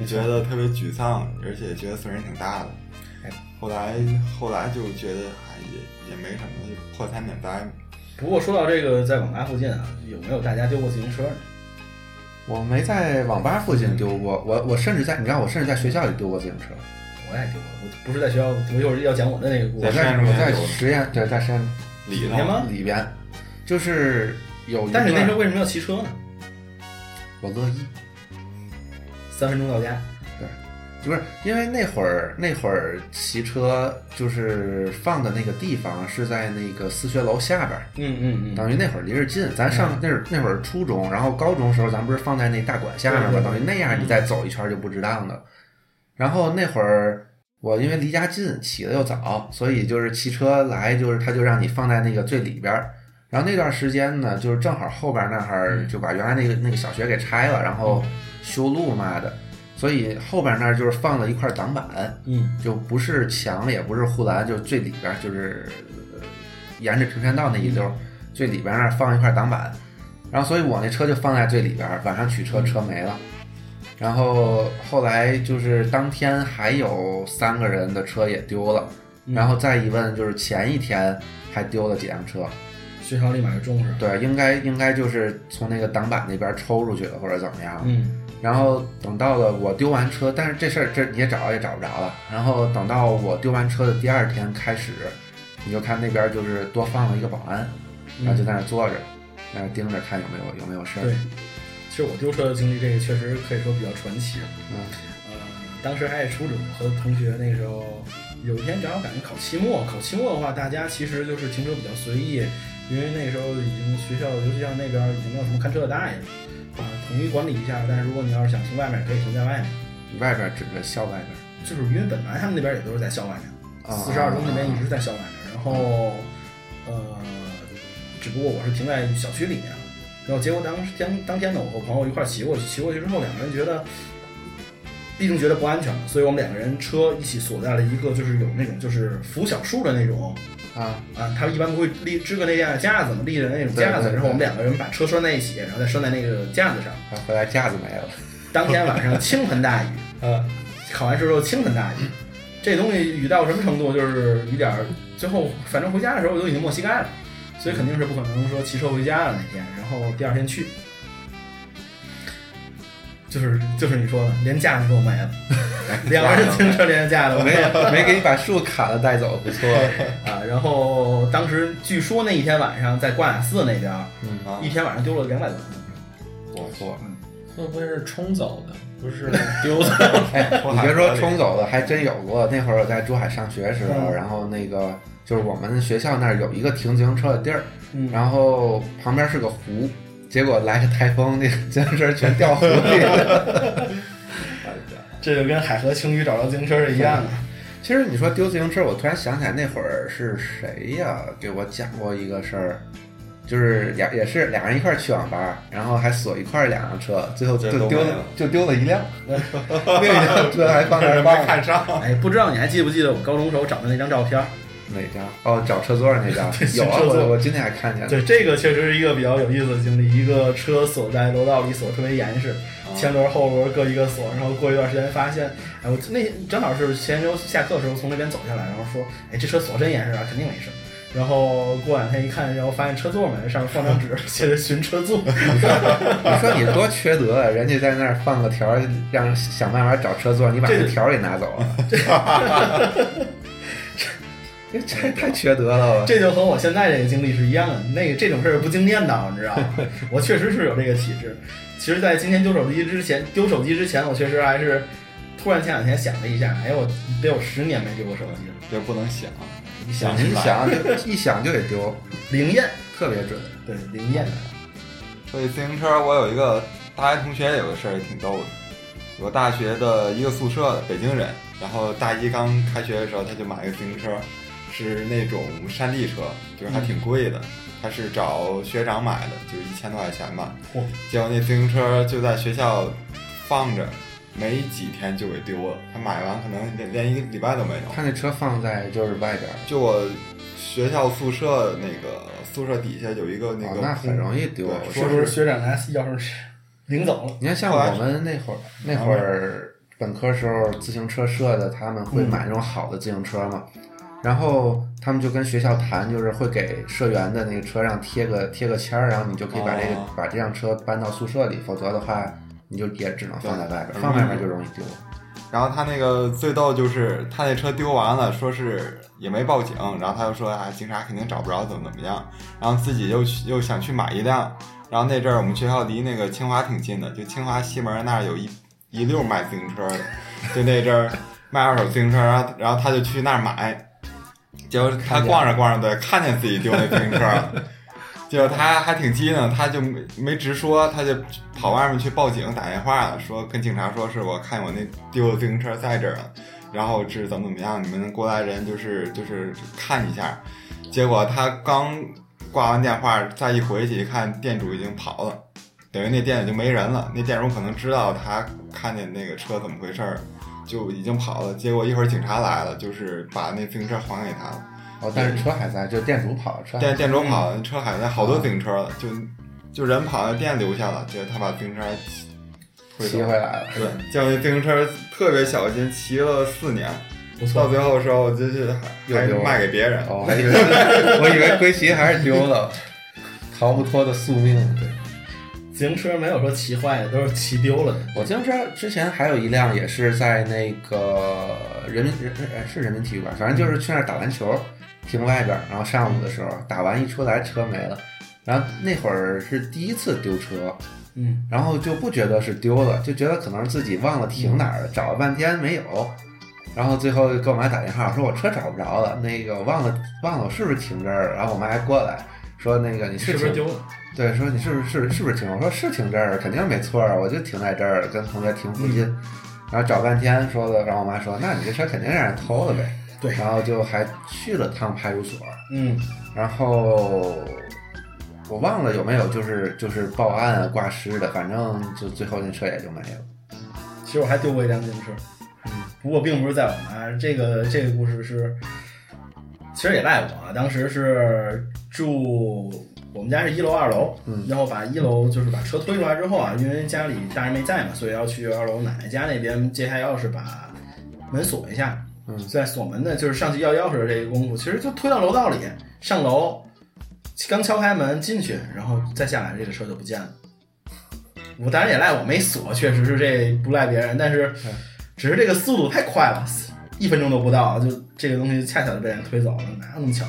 [SPEAKER 4] 就觉得特别沮丧，而且觉得损失挺大的
[SPEAKER 1] 哎。
[SPEAKER 4] 后来后来就觉得哎也也没什么，就破财免灾嘛。
[SPEAKER 2] 不过说到这个，在广牌附近啊，有没有大家丢过自行车呢？
[SPEAKER 1] 我没在网吧附近丢过，我我甚至在，你知道我甚至在学校里丢过自行车，
[SPEAKER 2] 我也丢过，我不是在学校，我一会儿要讲我的那个故
[SPEAKER 1] 我
[SPEAKER 4] 在
[SPEAKER 2] 事。
[SPEAKER 4] 实验
[SPEAKER 1] 在我
[SPEAKER 4] 中间
[SPEAKER 1] 在
[SPEAKER 4] 丢的
[SPEAKER 1] 实验对在实验
[SPEAKER 4] 理
[SPEAKER 2] 你
[SPEAKER 4] 呢？
[SPEAKER 2] 吗
[SPEAKER 1] 里边，就是有一
[SPEAKER 2] 啊但是那
[SPEAKER 1] 段
[SPEAKER 2] 时候为什么要骑车呢？
[SPEAKER 1] 我乐意，
[SPEAKER 2] 三分钟到家，
[SPEAKER 1] 不是因为那会儿那会儿骑车就是放的那个地方是在那个四学楼下边儿，
[SPEAKER 2] 嗯嗯
[SPEAKER 1] 等于那会儿离着近。咱上那会儿那会儿初中，然后高中时候咱不是放在那大馆下面
[SPEAKER 2] 对
[SPEAKER 1] 吗？
[SPEAKER 2] 对对嗯
[SPEAKER 1] 等于那样你再走一圈就不值当的。然后那会儿我因为离家近，起的又早，所以就是骑车来，就是他就让你放在那个最里边儿。然后那段时间呢，就是正好后边那儿
[SPEAKER 2] 嗯
[SPEAKER 1] 就把原来那个那个小学给拆了，然后修路嘛的，所以后边那儿就是放了一块挡板，
[SPEAKER 2] 嗯
[SPEAKER 1] 就不是墙，也不是护栏，就是最里边儿就是呃沿着平山道那一溜儿，最里边儿那儿放一块挡板，然后所以我那车就放在最里边儿，晚上取车车没了。然后后来就是当天还有三个人的车也丢了，
[SPEAKER 2] 嗯
[SPEAKER 1] 然后再一问就是前一天还丢了几辆车，
[SPEAKER 2] 学校立马就重视了。
[SPEAKER 1] 对，应该应该就是从那个挡板那边抽出去了或者怎么样，
[SPEAKER 2] 嗯，
[SPEAKER 1] 然后等到了我丢完车，但是这事儿这你也找也找不着了。然后等到我丢完车的第二天开始，你就看那边就是多放了一个保安，然后就在那儿坐着，在那儿盯着看有没有有没有事儿。
[SPEAKER 2] 对，其实我丢车的经历，这个确实可以说比较传奇。
[SPEAKER 1] 嗯，
[SPEAKER 2] 呃，当时还是初中，和同学那时候有一天正好赶上考期末，考期末的话，大家其实就是停车比较随意，因为那时候已经学校，尤其像那边已经没有什么看车的大爷了啊，统一管理一下。但是如果你要是想停外面，可以停在外面，
[SPEAKER 1] 外边指着校外边。
[SPEAKER 2] 就是因为本来他们那边也都是在校外面。
[SPEAKER 1] 啊
[SPEAKER 2] 四十二中那边一直在校外面，然后呃，只不过我是停在小区里面，然后结果当时当当天呢，我和朋友一块儿骑过去，骑过去之后，两个人觉得毕竟觉得不安全嘛，所以我们两个人车一起锁在了一个就是有那种就是扶小树的那种
[SPEAKER 1] 啊，
[SPEAKER 2] 啊，他一般不会立支个那样的架子嘛，立着那种架
[SPEAKER 1] 对对
[SPEAKER 2] 子，
[SPEAKER 1] 对
[SPEAKER 2] 然后我们两个人把车拴在一起，然后再拴在那个架子上。
[SPEAKER 1] 然后回来架子没了。
[SPEAKER 2] 当天晚上倾盆 大雨，
[SPEAKER 3] 呃，
[SPEAKER 2] 考完试之后倾盆大雨。这东西雨到什么程度，就是雨点儿，最后反正回家的时候我都已经没膝盖了，所以肯定是不可能说骑车回家的那天，然后第二天去，就是就是你说的，连架子都没 了，两个人停车连架都没
[SPEAKER 1] 没
[SPEAKER 2] 了
[SPEAKER 1] 没给你把树砍了带走，不错。
[SPEAKER 2] 啊。然后当时据说那一天晚上在挂雅寺那边，
[SPEAKER 1] 嗯，
[SPEAKER 4] 啊
[SPEAKER 2] 一，天晚上丢了两百多。
[SPEAKER 1] 不错。
[SPEAKER 3] 会不会是冲走的？不是丢 的？
[SPEAKER 1] 哎，
[SPEAKER 4] 冲
[SPEAKER 1] 你别
[SPEAKER 4] 海
[SPEAKER 1] 说
[SPEAKER 4] 河里
[SPEAKER 1] 冲走了，还真有过。那会儿我在珠海上学时候，
[SPEAKER 2] 嗯
[SPEAKER 1] 然后那个就是我们学校那儿有一个停自行车的地儿，
[SPEAKER 2] 嗯
[SPEAKER 1] 然后旁边是个湖，结果来个台风，那个自行车全掉湖里了。
[SPEAKER 2] 这就跟海河青鱼找着自行车是一样的。
[SPEAKER 1] 其实你说丢自行车，我突然想起来那会儿是谁呀？给我讲过一个事儿，就是俩也是俩人一块儿去网吧，然后还锁一块儿两辆车，最后就
[SPEAKER 4] 这都
[SPEAKER 1] 丢
[SPEAKER 4] 没有
[SPEAKER 1] 就丢了一 辆，那辆车还放那儿
[SPEAKER 4] 人
[SPEAKER 1] 放
[SPEAKER 4] 没
[SPEAKER 1] 着。
[SPEAKER 4] 看上，
[SPEAKER 2] 哎，不知道你还记不记得我高中时候找的那张照片儿？
[SPEAKER 1] 哪张？哦，找车座那张
[SPEAKER 2] 对
[SPEAKER 1] 有啊，
[SPEAKER 2] 车座
[SPEAKER 1] 我我今天还看见了。
[SPEAKER 2] 对，这个确实是一个比较有意思的经历。一个车锁在楼道里锁特别严实，前轮后轮各一个锁，然后过一段时间发现，哎，我那正好是前周下课的时候从那边走下来，然后说，哎，这车锁真严实啊，肯定没事。然后过两天一看，然后发现车座门上面放张纸，写着寻车座。
[SPEAKER 1] 你说你多缺德啊！人家在那儿放个条儿，让想办法找车座，你把
[SPEAKER 2] 这
[SPEAKER 1] 那条儿给拿走了。 这这太缺德了吧！
[SPEAKER 2] 这就和我现在这个经历是一样的。那个这种事儿不经验的，你知道吗？我确实是有这个体质。其实，在今天丢手机之前，丢手机之前，我确实还是突然前两天想了一下，哎，我得有十年没丢过手机了。
[SPEAKER 4] 这不能想，
[SPEAKER 2] 你想
[SPEAKER 1] 你想 就一想就得丢，
[SPEAKER 2] 灵验，
[SPEAKER 1] 特别准。
[SPEAKER 2] 对灵验，
[SPEAKER 4] 所以自行车，我有一个大学同学有个事儿也挺逗的，我大学的一个宿舍的北京人，然后大一刚开学的时候他就买了个自行车，是那种山地车，就是还
[SPEAKER 1] 嗯
[SPEAKER 4] 挺贵的，他是找学长买的，就一千多块钱吧
[SPEAKER 2] 嚯。
[SPEAKER 4] 结果那自行车就在学校放着，没几天就给丢了。他买完可能连连一个礼拜都没有。
[SPEAKER 1] 他那车放在就是外边儿，
[SPEAKER 4] 就我学校宿舍那个宿舍底下有一个那
[SPEAKER 1] 哦
[SPEAKER 4] 个，
[SPEAKER 1] 那很容易丢。
[SPEAKER 4] 对
[SPEAKER 1] 我
[SPEAKER 2] 是
[SPEAKER 1] 说
[SPEAKER 2] 不是学长拿钥匙领走了？
[SPEAKER 1] 你看，像
[SPEAKER 4] 后来
[SPEAKER 1] 我们那会儿那会儿本科时候，自行车社的他们会
[SPEAKER 4] 嗯
[SPEAKER 1] 买那种好的自行车嘛，然后他们就跟学校谈，就是会给社员的那个车上贴个贴个签儿，然后你就可以把这个、
[SPEAKER 4] 哦
[SPEAKER 1] 把这辆车搬到宿舍里，否则的话你就也只能放在外边儿，
[SPEAKER 4] 对
[SPEAKER 1] 放外边儿就容易丢。
[SPEAKER 4] 然后他那个最逗就是他那车丢完了，说是也没报警，然后他就说啊，警察肯定找不着，怎么怎么样，然后自己又去又想去买一辆，然后那阵儿我们学校离那个清华挺近的，就清华西门那儿有一一溜卖自行车的，就那阵儿卖二手自行车，然后然后他就去那儿买，结果他逛着逛着，对，看见自己丢那自行车了。结果他还挺机灵，他就没没直说，他就跑外面去报警打电话了，说跟警察说是我看我那丢的自行车在这儿了，然后是怎么怎么样，你们过来人就是就是看一下。结果他刚挂完电话，再一回去一看，店主已经跑了，等于那店里就没人了。那店主可能知道他看见那个车怎么回事儿，就已经跑了。结果一会儿警察来了，就是把那自行车还给他了。
[SPEAKER 1] 哦，但是车还在，就店主跑了，车还在
[SPEAKER 4] 店店主跑了，车还在，好
[SPEAKER 1] 啊
[SPEAKER 4] 多自行车了，就就人跑了，店留下了，结果他把自行车还骑推
[SPEAKER 1] 骑
[SPEAKER 4] 走
[SPEAKER 1] 回
[SPEAKER 4] 了。
[SPEAKER 1] 来了。
[SPEAKER 4] 对，结果那自行车特别小心，骑了四年，
[SPEAKER 2] 不错
[SPEAKER 4] 到，最后的时候就是
[SPEAKER 1] 又
[SPEAKER 4] 还还
[SPEAKER 1] 丢了
[SPEAKER 4] 卖给别人。
[SPEAKER 1] 哦，我还以为我以为归 西还是丢了，逃不脱的宿命。对。
[SPEAKER 2] 自行车没有说骑坏的，都是骑丢了的。
[SPEAKER 1] 我自行车之前还有一辆也是在那个人民人呃是人民体育馆，反正就是去那儿打篮球，停外边儿，然后上午的时候打完一出来车没了，然后那会儿是第一次丢车，
[SPEAKER 2] 嗯，
[SPEAKER 1] 然后就不觉得是丢了，就觉得可能是自己忘了停哪儿了，找了半天没有，然后最后给我妈打电话说我车找不着了，那个忘了忘了我是不是停这儿了，然后我妈还过来说那个你是
[SPEAKER 3] 是不
[SPEAKER 1] 停
[SPEAKER 3] 是丢了？
[SPEAKER 1] 对，说你是不是是是不是停？我说是停这儿了，肯定没错儿，我就停在这儿了，跟同学停附近。然后找半天，说的，然后我妈说，那你这车肯定让人偷了呗。
[SPEAKER 2] 对
[SPEAKER 1] 然后就还去了趟派出所，
[SPEAKER 2] 嗯，
[SPEAKER 1] 然后我忘了有没有就是就是报案啊挂失的，反正就最后那车也就没了。
[SPEAKER 2] 其实我还丢过一辆自行车，嗯，不过并不是在我那儿。这个这个故事是，其实也赖我啊。当时是住我们家是一楼二楼，
[SPEAKER 1] 嗯
[SPEAKER 2] 然后把一楼就是把车推出来之后啊，因为家里大人没在嘛，所以要去二楼奶奶家那边借下钥匙，把门锁一下。
[SPEAKER 1] 嗯
[SPEAKER 2] 在锁门呢，就是上去要钥匙的这个功夫，其实就推到楼道里，上楼刚敲开门进去，然后再下来，这个车就不见了。我当然也赖我没锁，确实是这不赖别人，但是
[SPEAKER 1] 嗯
[SPEAKER 2] 只是这个速度太快了，一分钟都不到，就这个东西恰巧就被人推走了，哪有那么巧？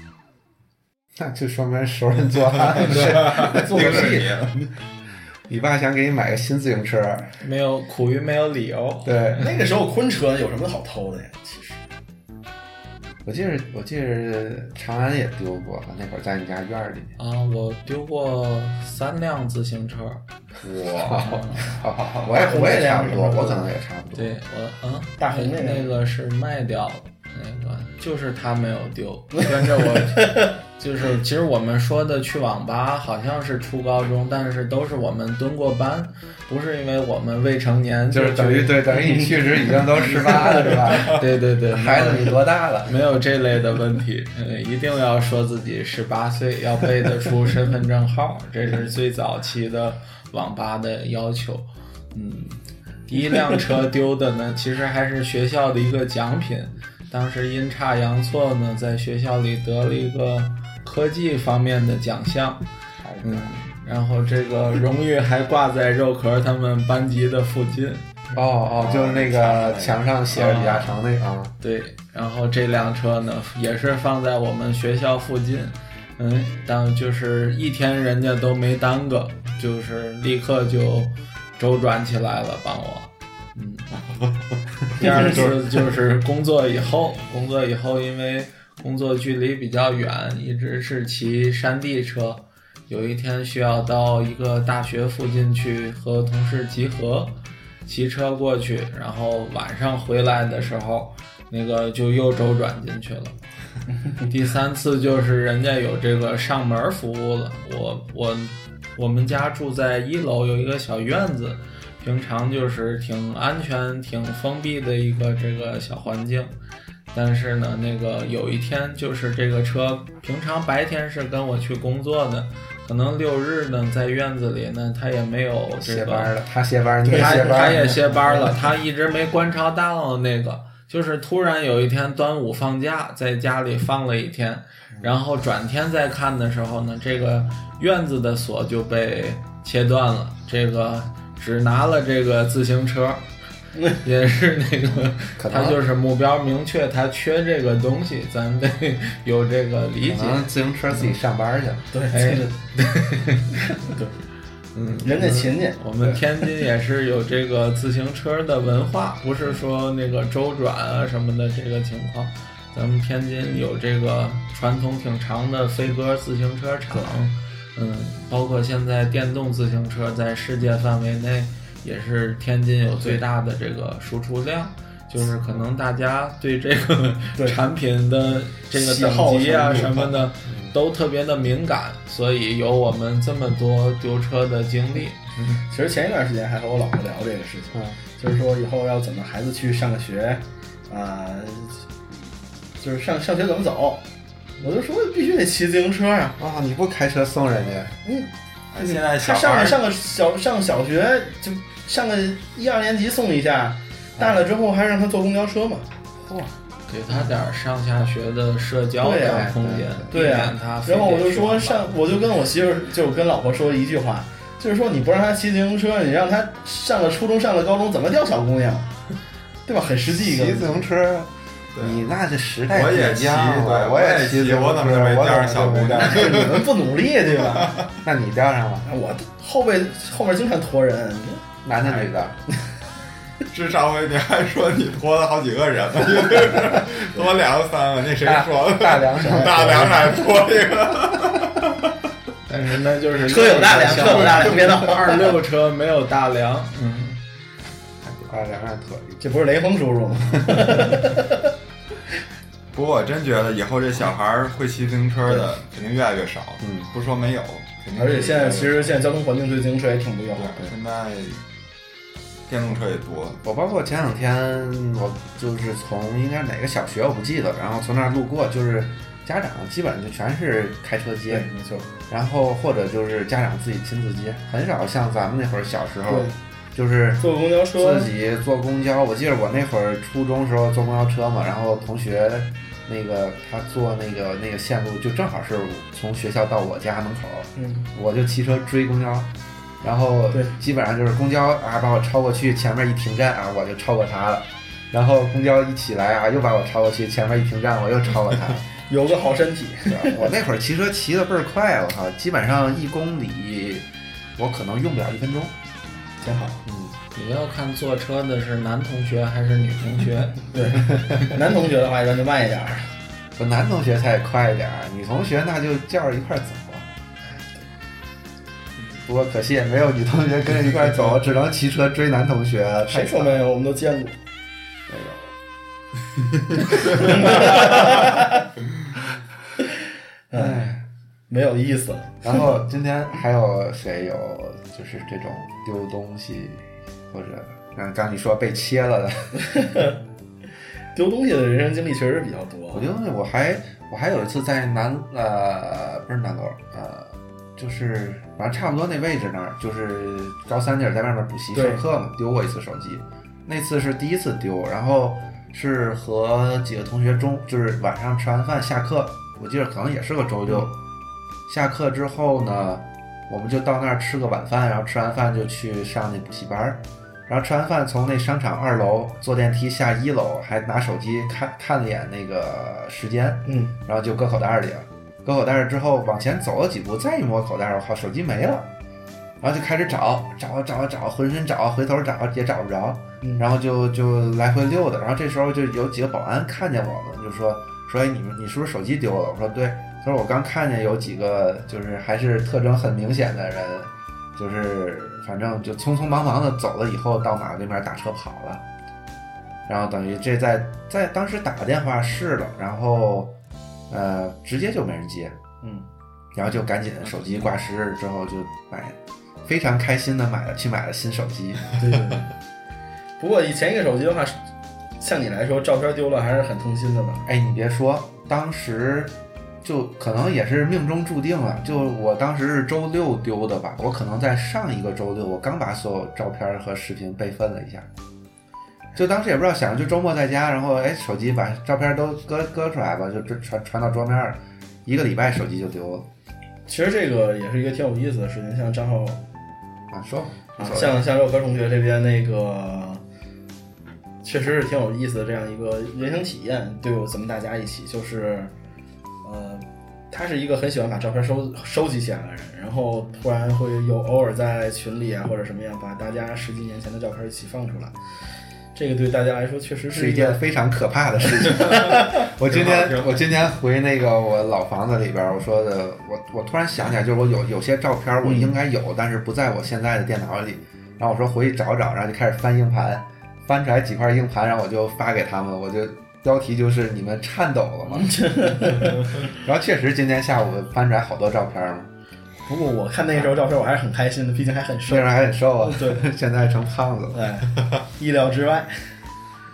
[SPEAKER 1] 那就说明熟人作案是做
[SPEAKER 4] 盯
[SPEAKER 1] 个
[SPEAKER 4] 着
[SPEAKER 1] 屁啊
[SPEAKER 4] 你。
[SPEAKER 1] 你爸想给你买个新自行车，
[SPEAKER 3] 没有苦于没有理由。
[SPEAKER 1] 对，
[SPEAKER 2] 那个时候昆车有什么好偷的呀？其实
[SPEAKER 1] 我记得我记得长安也丢过，那会儿在你家院儿里。
[SPEAKER 3] 啊，我丢过三辆自行车。
[SPEAKER 1] 哇，好好好，我
[SPEAKER 2] 大
[SPEAKER 1] 也
[SPEAKER 2] 红
[SPEAKER 1] 我也
[SPEAKER 2] 那
[SPEAKER 1] 差
[SPEAKER 2] 辆
[SPEAKER 1] 不
[SPEAKER 2] 是
[SPEAKER 1] 多，
[SPEAKER 2] 吧
[SPEAKER 1] 我可能也差不多。
[SPEAKER 3] 对，我嗯，
[SPEAKER 2] 大红那
[SPEAKER 3] 那
[SPEAKER 2] 个
[SPEAKER 3] 个是卖掉了，那个就是他没有丢，跟着我就是其实我们说的去网吧，好像是初高中，但是都是我们蹲过班，不是因为我们未成年
[SPEAKER 1] 就
[SPEAKER 3] 去
[SPEAKER 1] 是等于对等于你去时已经都十八了是 吧？
[SPEAKER 3] 对对对，
[SPEAKER 1] 孩子你多大了？
[SPEAKER 3] 没有这类的问题，呃，一定要说自己十八岁，要背得出身份证号，这是最早期的网吧的要求。嗯，第一辆车丢的呢，其实还是学校的一个奖品，当时阴差阳错呢，在学校里得了一个科技方面的奖项，嗯，然后这个荣誉还挂在肉壳他们班级的附近。
[SPEAKER 1] 哦哦，就是那个墙上写着李嘉诚那个啊，
[SPEAKER 3] 对，然后这辆车呢也是放在我们学校附近，嗯，但就是一天人家都没耽搁，就是立刻就周转起来了，帮我。嗯，第二次就是工作以后，工作以后因为工作距离比较远，一直是骑山地车。有一天需要到一个大学附近去和同事集合，骑车过去，然后晚上回来的时候，那个就又周转进去了。 第三次就是人家有这个上门服务了，我我我们家住在一楼有一个小院子，平常就是挺安全、挺封闭的一个这个小环境。但是呢，那个有一天就是这个车，平常白天是跟我去工作的，可能六日呢在院子里呢，他也没有这
[SPEAKER 1] 歇
[SPEAKER 3] 个
[SPEAKER 1] 班了，他歇班，你嗯
[SPEAKER 3] 他
[SPEAKER 1] 歇
[SPEAKER 3] 他
[SPEAKER 1] 班，
[SPEAKER 3] 也歇班了，他一直没观察到那个，就是突然有一天端午放假，在家里放了一天，
[SPEAKER 1] 嗯
[SPEAKER 3] 然后转天再看的时候呢，这个院子的锁就被切断了，这个只拿了这个自行车。 也是那个，
[SPEAKER 1] 可能
[SPEAKER 3] 他就是目标明确，他缺这个东西，咱们得 有这个理解
[SPEAKER 1] 可。能自行车自己上班去了。
[SPEAKER 2] 对，
[SPEAKER 3] 哎
[SPEAKER 2] 这个
[SPEAKER 3] 嗯，
[SPEAKER 2] 人家勤俭，
[SPEAKER 3] 我们天津也是有这个自行车的文化，不是说那个周转啊什么的这个情况。咱们天津有这个传统挺长的飞鸽自行车厂，嗯，包括现在电动自行车在世界范围内也是天津有最大的这个输出量。就是可能大家对这个
[SPEAKER 2] 对
[SPEAKER 3] 产品的这个
[SPEAKER 2] 喜好
[SPEAKER 3] 等级啊
[SPEAKER 2] 程度嗯
[SPEAKER 3] 什么的都特别的敏感，所以有我们这么多丢车的经历。
[SPEAKER 2] 其实前一段时间还和我老婆聊这个事
[SPEAKER 1] 嗯
[SPEAKER 2] 情，就是说以后要怎么孩子去上个学，啊、就是上上学怎么走，我就说必须得骑自行车啊。
[SPEAKER 1] 啊、你不开车送人家？
[SPEAKER 2] 嗯，
[SPEAKER 4] 哎现在
[SPEAKER 2] 他
[SPEAKER 4] 小
[SPEAKER 2] 上
[SPEAKER 4] 孩
[SPEAKER 2] 个
[SPEAKER 4] 儿
[SPEAKER 2] 上个小上小学就上个一二年级送一下，大了之后还让他坐公交车嘛。
[SPEAKER 3] 给他点儿上下学的社交
[SPEAKER 2] 对
[SPEAKER 3] 的
[SPEAKER 2] 啊
[SPEAKER 3] 空间，
[SPEAKER 2] 对
[SPEAKER 3] 避
[SPEAKER 2] 啊
[SPEAKER 3] 免他，非
[SPEAKER 2] 然后我
[SPEAKER 3] 得
[SPEAKER 2] 就
[SPEAKER 3] 去
[SPEAKER 2] 说
[SPEAKER 3] 网吧
[SPEAKER 2] 上，我就跟我媳妇儿，就跟老婆说了一句话，就是说你不让她骑自行车，你让她上了初中、上了高中，怎么钓小姑娘， 对吧？很实际一个
[SPEAKER 1] 骑
[SPEAKER 2] 问
[SPEAKER 1] 自
[SPEAKER 2] 题。
[SPEAKER 1] 行车，
[SPEAKER 4] 对
[SPEAKER 1] 你那这时代
[SPEAKER 4] 我也
[SPEAKER 1] 不一
[SPEAKER 4] 骑，
[SPEAKER 1] 样
[SPEAKER 4] 对
[SPEAKER 1] 了，，我
[SPEAKER 4] 也
[SPEAKER 1] 骑自
[SPEAKER 4] 骑，
[SPEAKER 1] 行车，
[SPEAKER 4] 我怎么就没
[SPEAKER 1] 我怎
[SPEAKER 4] 钓
[SPEAKER 1] 么
[SPEAKER 4] 上小
[SPEAKER 1] 就没
[SPEAKER 4] 姑
[SPEAKER 1] 钓
[SPEAKER 4] 娘
[SPEAKER 1] 上？
[SPEAKER 2] 就是你们不努力，对吧？
[SPEAKER 1] 那你钓上了？
[SPEAKER 2] 我后背后面经常驮人，
[SPEAKER 1] 男的女 的？
[SPEAKER 4] 至上回你还说你拖了好几个人了，就是多两个三个，那谁 说的？
[SPEAKER 1] 大梁什 么？
[SPEAKER 4] 大梁还拖一个，
[SPEAKER 3] 但是嗯那就是
[SPEAKER 2] 车有大梁，车有大梁，别 闹。
[SPEAKER 3] 二六车没有大梁，嗯，
[SPEAKER 1] 大梁上腿。
[SPEAKER 2] 这不是雷锋叔叔吗？
[SPEAKER 4] 不过我真觉得以后这小孩儿会骑自行车的肯定越来越少，
[SPEAKER 1] 嗯，
[SPEAKER 4] 不是说没有，肯定
[SPEAKER 2] 而且现在
[SPEAKER 4] 是
[SPEAKER 2] 其实现在交通环境对自行车也挺不友
[SPEAKER 4] 对
[SPEAKER 2] 好的。
[SPEAKER 4] 现在电动车也多，
[SPEAKER 1] 我包括前两天，我就是从应该是哪个小学我不记得，然后从那儿路过，就是家长基本上就全是开车
[SPEAKER 2] 对
[SPEAKER 1] 接，，
[SPEAKER 2] 没错。
[SPEAKER 1] 然后或者就是家长自己亲自接，很少像咱们那会儿小时候
[SPEAKER 2] 对，
[SPEAKER 1] 就是
[SPEAKER 2] 坐公交车
[SPEAKER 1] 自，己坐公交，我记得我那会儿初中时候坐公交车嘛，然后同学那个他坐那个那个线路就正好是从学校到我家门口，
[SPEAKER 2] 嗯，
[SPEAKER 1] 我就骑车追公交，然后
[SPEAKER 2] 对
[SPEAKER 1] 基本上就是公交啊把我超过去，前面一停站啊我就超过他了，然后公交一起来啊又把我超过去，前面一停站我又超过他 了。
[SPEAKER 2] 有个好身体，
[SPEAKER 1] 对吧我那会儿骑车骑得倍儿快，我靠，基本上一公里我可能用不了一分钟。
[SPEAKER 2] 挺好。
[SPEAKER 1] 嗯，
[SPEAKER 3] 也要看坐车的是男同学还是女同学。
[SPEAKER 2] 对，男同学的话一般就慢一点儿。
[SPEAKER 1] 我男同学才快一点儿，女同学那就叫着一块儿走。啊
[SPEAKER 2] 嗯
[SPEAKER 1] 不过可惜也没有女同学跟着一块儿 走，只能骑车追男同学。
[SPEAKER 2] 谁说没有？我们都见过。
[SPEAKER 1] 哎，
[SPEAKER 2] 没有意思了。
[SPEAKER 1] 然后今天还有谁有就是这种丢东西，或者嗯，刚你说被切了的，
[SPEAKER 2] 丢东西的人生经历确实比较
[SPEAKER 1] 我
[SPEAKER 2] 多
[SPEAKER 1] 丢东西我还我还有一次在南呃不是南楼呃就是反正差不多那位置那儿，就是高三那会儿在外面补习
[SPEAKER 2] 对
[SPEAKER 1] 上课嘛，丢过一次手机，那次是第一次丢，然后是和几个同学中就是晚上吃完饭下课，我记得可能也是个周六，下课之后呢，我们就到那儿吃个晚饭，然后吃完饭就去上那补习班儿。然后吃完饭从那商场二楼坐电梯下一楼，还拿手机看看了一眼那个时间，
[SPEAKER 2] 嗯，
[SPEAKER 1] 然后就搁口袋里了。搁口袋之后往前走了几步，再一摸口袋，我靠，手机没了。然后就开始找，找找找，浑身找，回头找也找不着，
[SPEAKER 2] 嗯
[SPEAKER 1] 然后就就来回溜达。然后这时候就有几个保安看见我们，就说说哎，你们你是不是手机丢了？我说对。他说我刚看见有几个就是还是特征很明显的人，就是反正就匆匆忙忙的走了以后到马路对面打车跑了。然后等于这在在当时打个电话试了，然后呃直接就没人接，
[SPEAKER 2] 嗯，
[SPEAKER 1] 然后就赶紧手机挂失了之后就买，非常开心的买了去买了新手机，
[SPEAKER 2] 嗯对对对。不过以前一个手机的话，像你来说，照片丢了还是很痛心的吧？
[SPEAKER 1] 哎，你别说，当时就可能也是命中注定了。就我当时是周六丢的吧，我可能在上一个周六，我刚把所有照片和视频备份了一下。就当时也不知道想，就周末在家，然后哎，手机把照片都搁搁出来吧，就就传传到桌面儿，一个礼拜手机就丢了
[SPEAKER 2] 其实这个也是一个挺有意思的事情，像张浩
[SPEAKER 1] 啊。说
[SPEAKER 2] 啊，像像肉科同学这边那个，确实是挺有意思的这样一个人生体验，对我咱们大家一起就是，呃，他是一个很喜欢把照片收收集起来的人，然后突然会有偶尔在群里啊或者什么样把大家十几年前的照片一起放出来，这个对大家来说确实
[SPEAKER 1] 是一
[SPEAKER 2] 一件
[SPEAKER 1] 件非常可怕的事情。我今天我今天回那个我老房子里边儿，我说的，我我突然想起来，就是我有有些照片儿我应该有，但是不在我现在的电脑里。然后我说回去找找，然后就开始翻硬盘，翻出来几块硬盘，然后我就发给他们，我就标题就是你们颤抖了吗？ 然后确实今天下午翻出来好多照片儿嘛，
[SPEAKER 2] 不过我看那时候照片我还是很开心的，毕竟还很瘦
[SPEAKER 1] 那时，候还很瘦啊，
[SPEAKER 2] 对，
[SPEAKER 1] 现在成胖子了。
[SPEAKER 2] 哎，意料之外，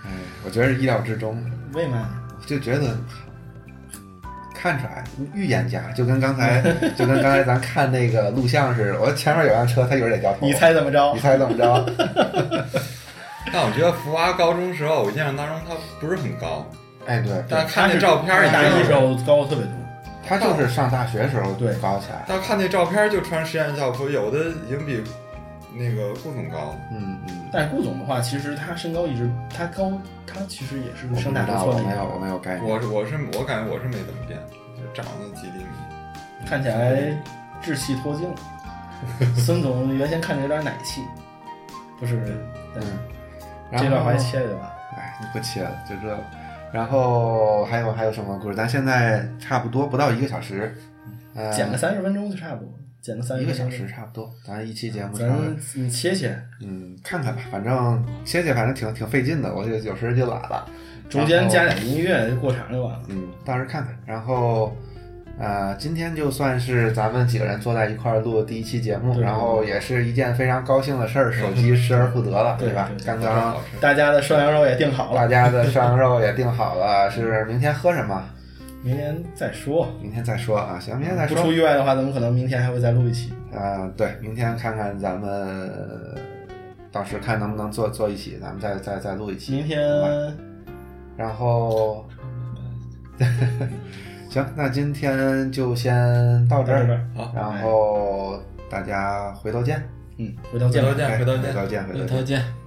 [SPEAKER 1] 哎，我觉得是意料之中。
[SPEAKER 2] 为嘛？
[SPEAKER 1] 就觉得看出来预言家，就跟刚 才就跟刚才咱看那个录像似的。我前面有辆车，他一会儿得掉头。
[SPEAKER 2] 你猜怎么着
[SPEAKER 1] 你？猜怎么 着？
[SPEAKER 4] 但我觉得福娃高中时候，我印象当中他不是很高，
[SPEAKER 1] 哎，对，
[SPEAKER 4] 但看那
[SPEAKER 2] 是
[SPEAKER 4] 照片儿已
[SPEAKER 2] 大一
[SPEAKER 4] 经
[SPEAKER 2] 时候高特别多。
[SPEAKER 1] 他就是上大学时候
[SPEAKER 2] 对
[SPEAKER 1] 高起来。
[SPEAKER 4] 但看那照片儿就穿实验校服，有的已经比那个顾总高。
[SPEAKER 1] 嗯嗯，
[SPEAKER 2] 但是顾总的话，其实他身高一直，他高，他其实也是
[SPEAKER 1] 我
[SPEAKER 2] 身
[SPEAKER 1] 不
[SPEAKER 2] 材
[SPEAKER 1] 知
[SPEAKER 2] 不
[SPEAKER 1] 道，嗯
[SPEAKER 2] 错
[SPEAKER 1] 我
[SPEAKER 2] 的一
[SPEAKER 1] 没有，
[SPEAKER 2] 个，
[SPEAKER 1] 我没有概念。
[SPEAKER 4] 我是我是我感觉我是没怎么变，就长了几厘米。
[SPEAKER 2] 看起来稚气 脱净。孙总原先看着有点奶气，不是？
[SPEAKER 1] 嗯，然
[SPEAKER 2] 这段
[SPEAKER 1] 后
[SPEAKER 2] 话切了吧。
[SPEAKER 1] 哎，你不切了，就这了。然后还有还有什么故事？咱现在差不多不到一个小时，呃，
[SPEAKER 2] 剪个三十分钟就差不多，剪个三
[SPEAKER 1] 一
[SPEAKER 2] 十
[SPEAKER 1] 个小时，差不多，咱一期节目差不多
[SPEAKER 2] 咱你切切，
[SPEAKER 1] 嗯，看看吧，反正歇歇，反正挺挺费劲的，我就有时候就懒了。
[SPEAKER 2] 中间加点音乐过场就完了。
[SPEAKER 1] 嗯，到时候看看。然后，呃，今天就算是咱们几个人坐在一块儿录的第一期节目，
[SPEAKER 2] 对
[SPEAKER 1] 然后也是一件非常高兴的事儿，手机失而复得了，
[SPEAKER 2] 对
[SPEAKER 1] 吧
[SPEAKER 2] 对？对
[SPEAKER 1] 刚
[SPEAKER 4] 正
[SPEAKER 1] 刚
[SPEAKER 4] 好吃。
[SPEAKER 2] 大家的涮羊肉也定好
[SPEAKER 1] 大
[SPEAKER 2] 了，
[SPEAKER 1] 家的涮羊肉也定好了，是明天喝什么？
[SPEAKER 2] 明天再说。
[SPEAKER 1] 明天再说啊，行，明天再
[SPEAKER 2] 嗯不
[SPEAKER 1] 说。
[SPEAKER 2] 出意外的话，咱们可能明天还会再录一期。
[SPEAKER 1] 啊、对，明天看看咱们到时看能不能坐坐一起，咱们再再再录一期。
[SPEAKER 2] 明
[SPEAKER 1] 好吧
[SPEAKER 2] 天
[SPEAKER 1] 然 后， 行，那今天就先到
[SPEAKER 2] 到
[SPEAKER 1] 这儿，
[SPEAKER 2] 这儿，
[SPEAKER 4] 好，
[SPEAKER 1] 然后大家回头见，
[SPEAKER 2] 嗯，回头见
[SPEAKER 3] 回
[SPEAKER 2] 吧嗯
[SPEAKER 3] 头。见，回头
[SPEAKER 1] 哎
[SPEAKER 3] 见，嗯
[SPEAKER 1] 回头见，回头
[SPEAKER 3] 回头
[SPEAKER 1] 见。
[SPEAKER 3] 见。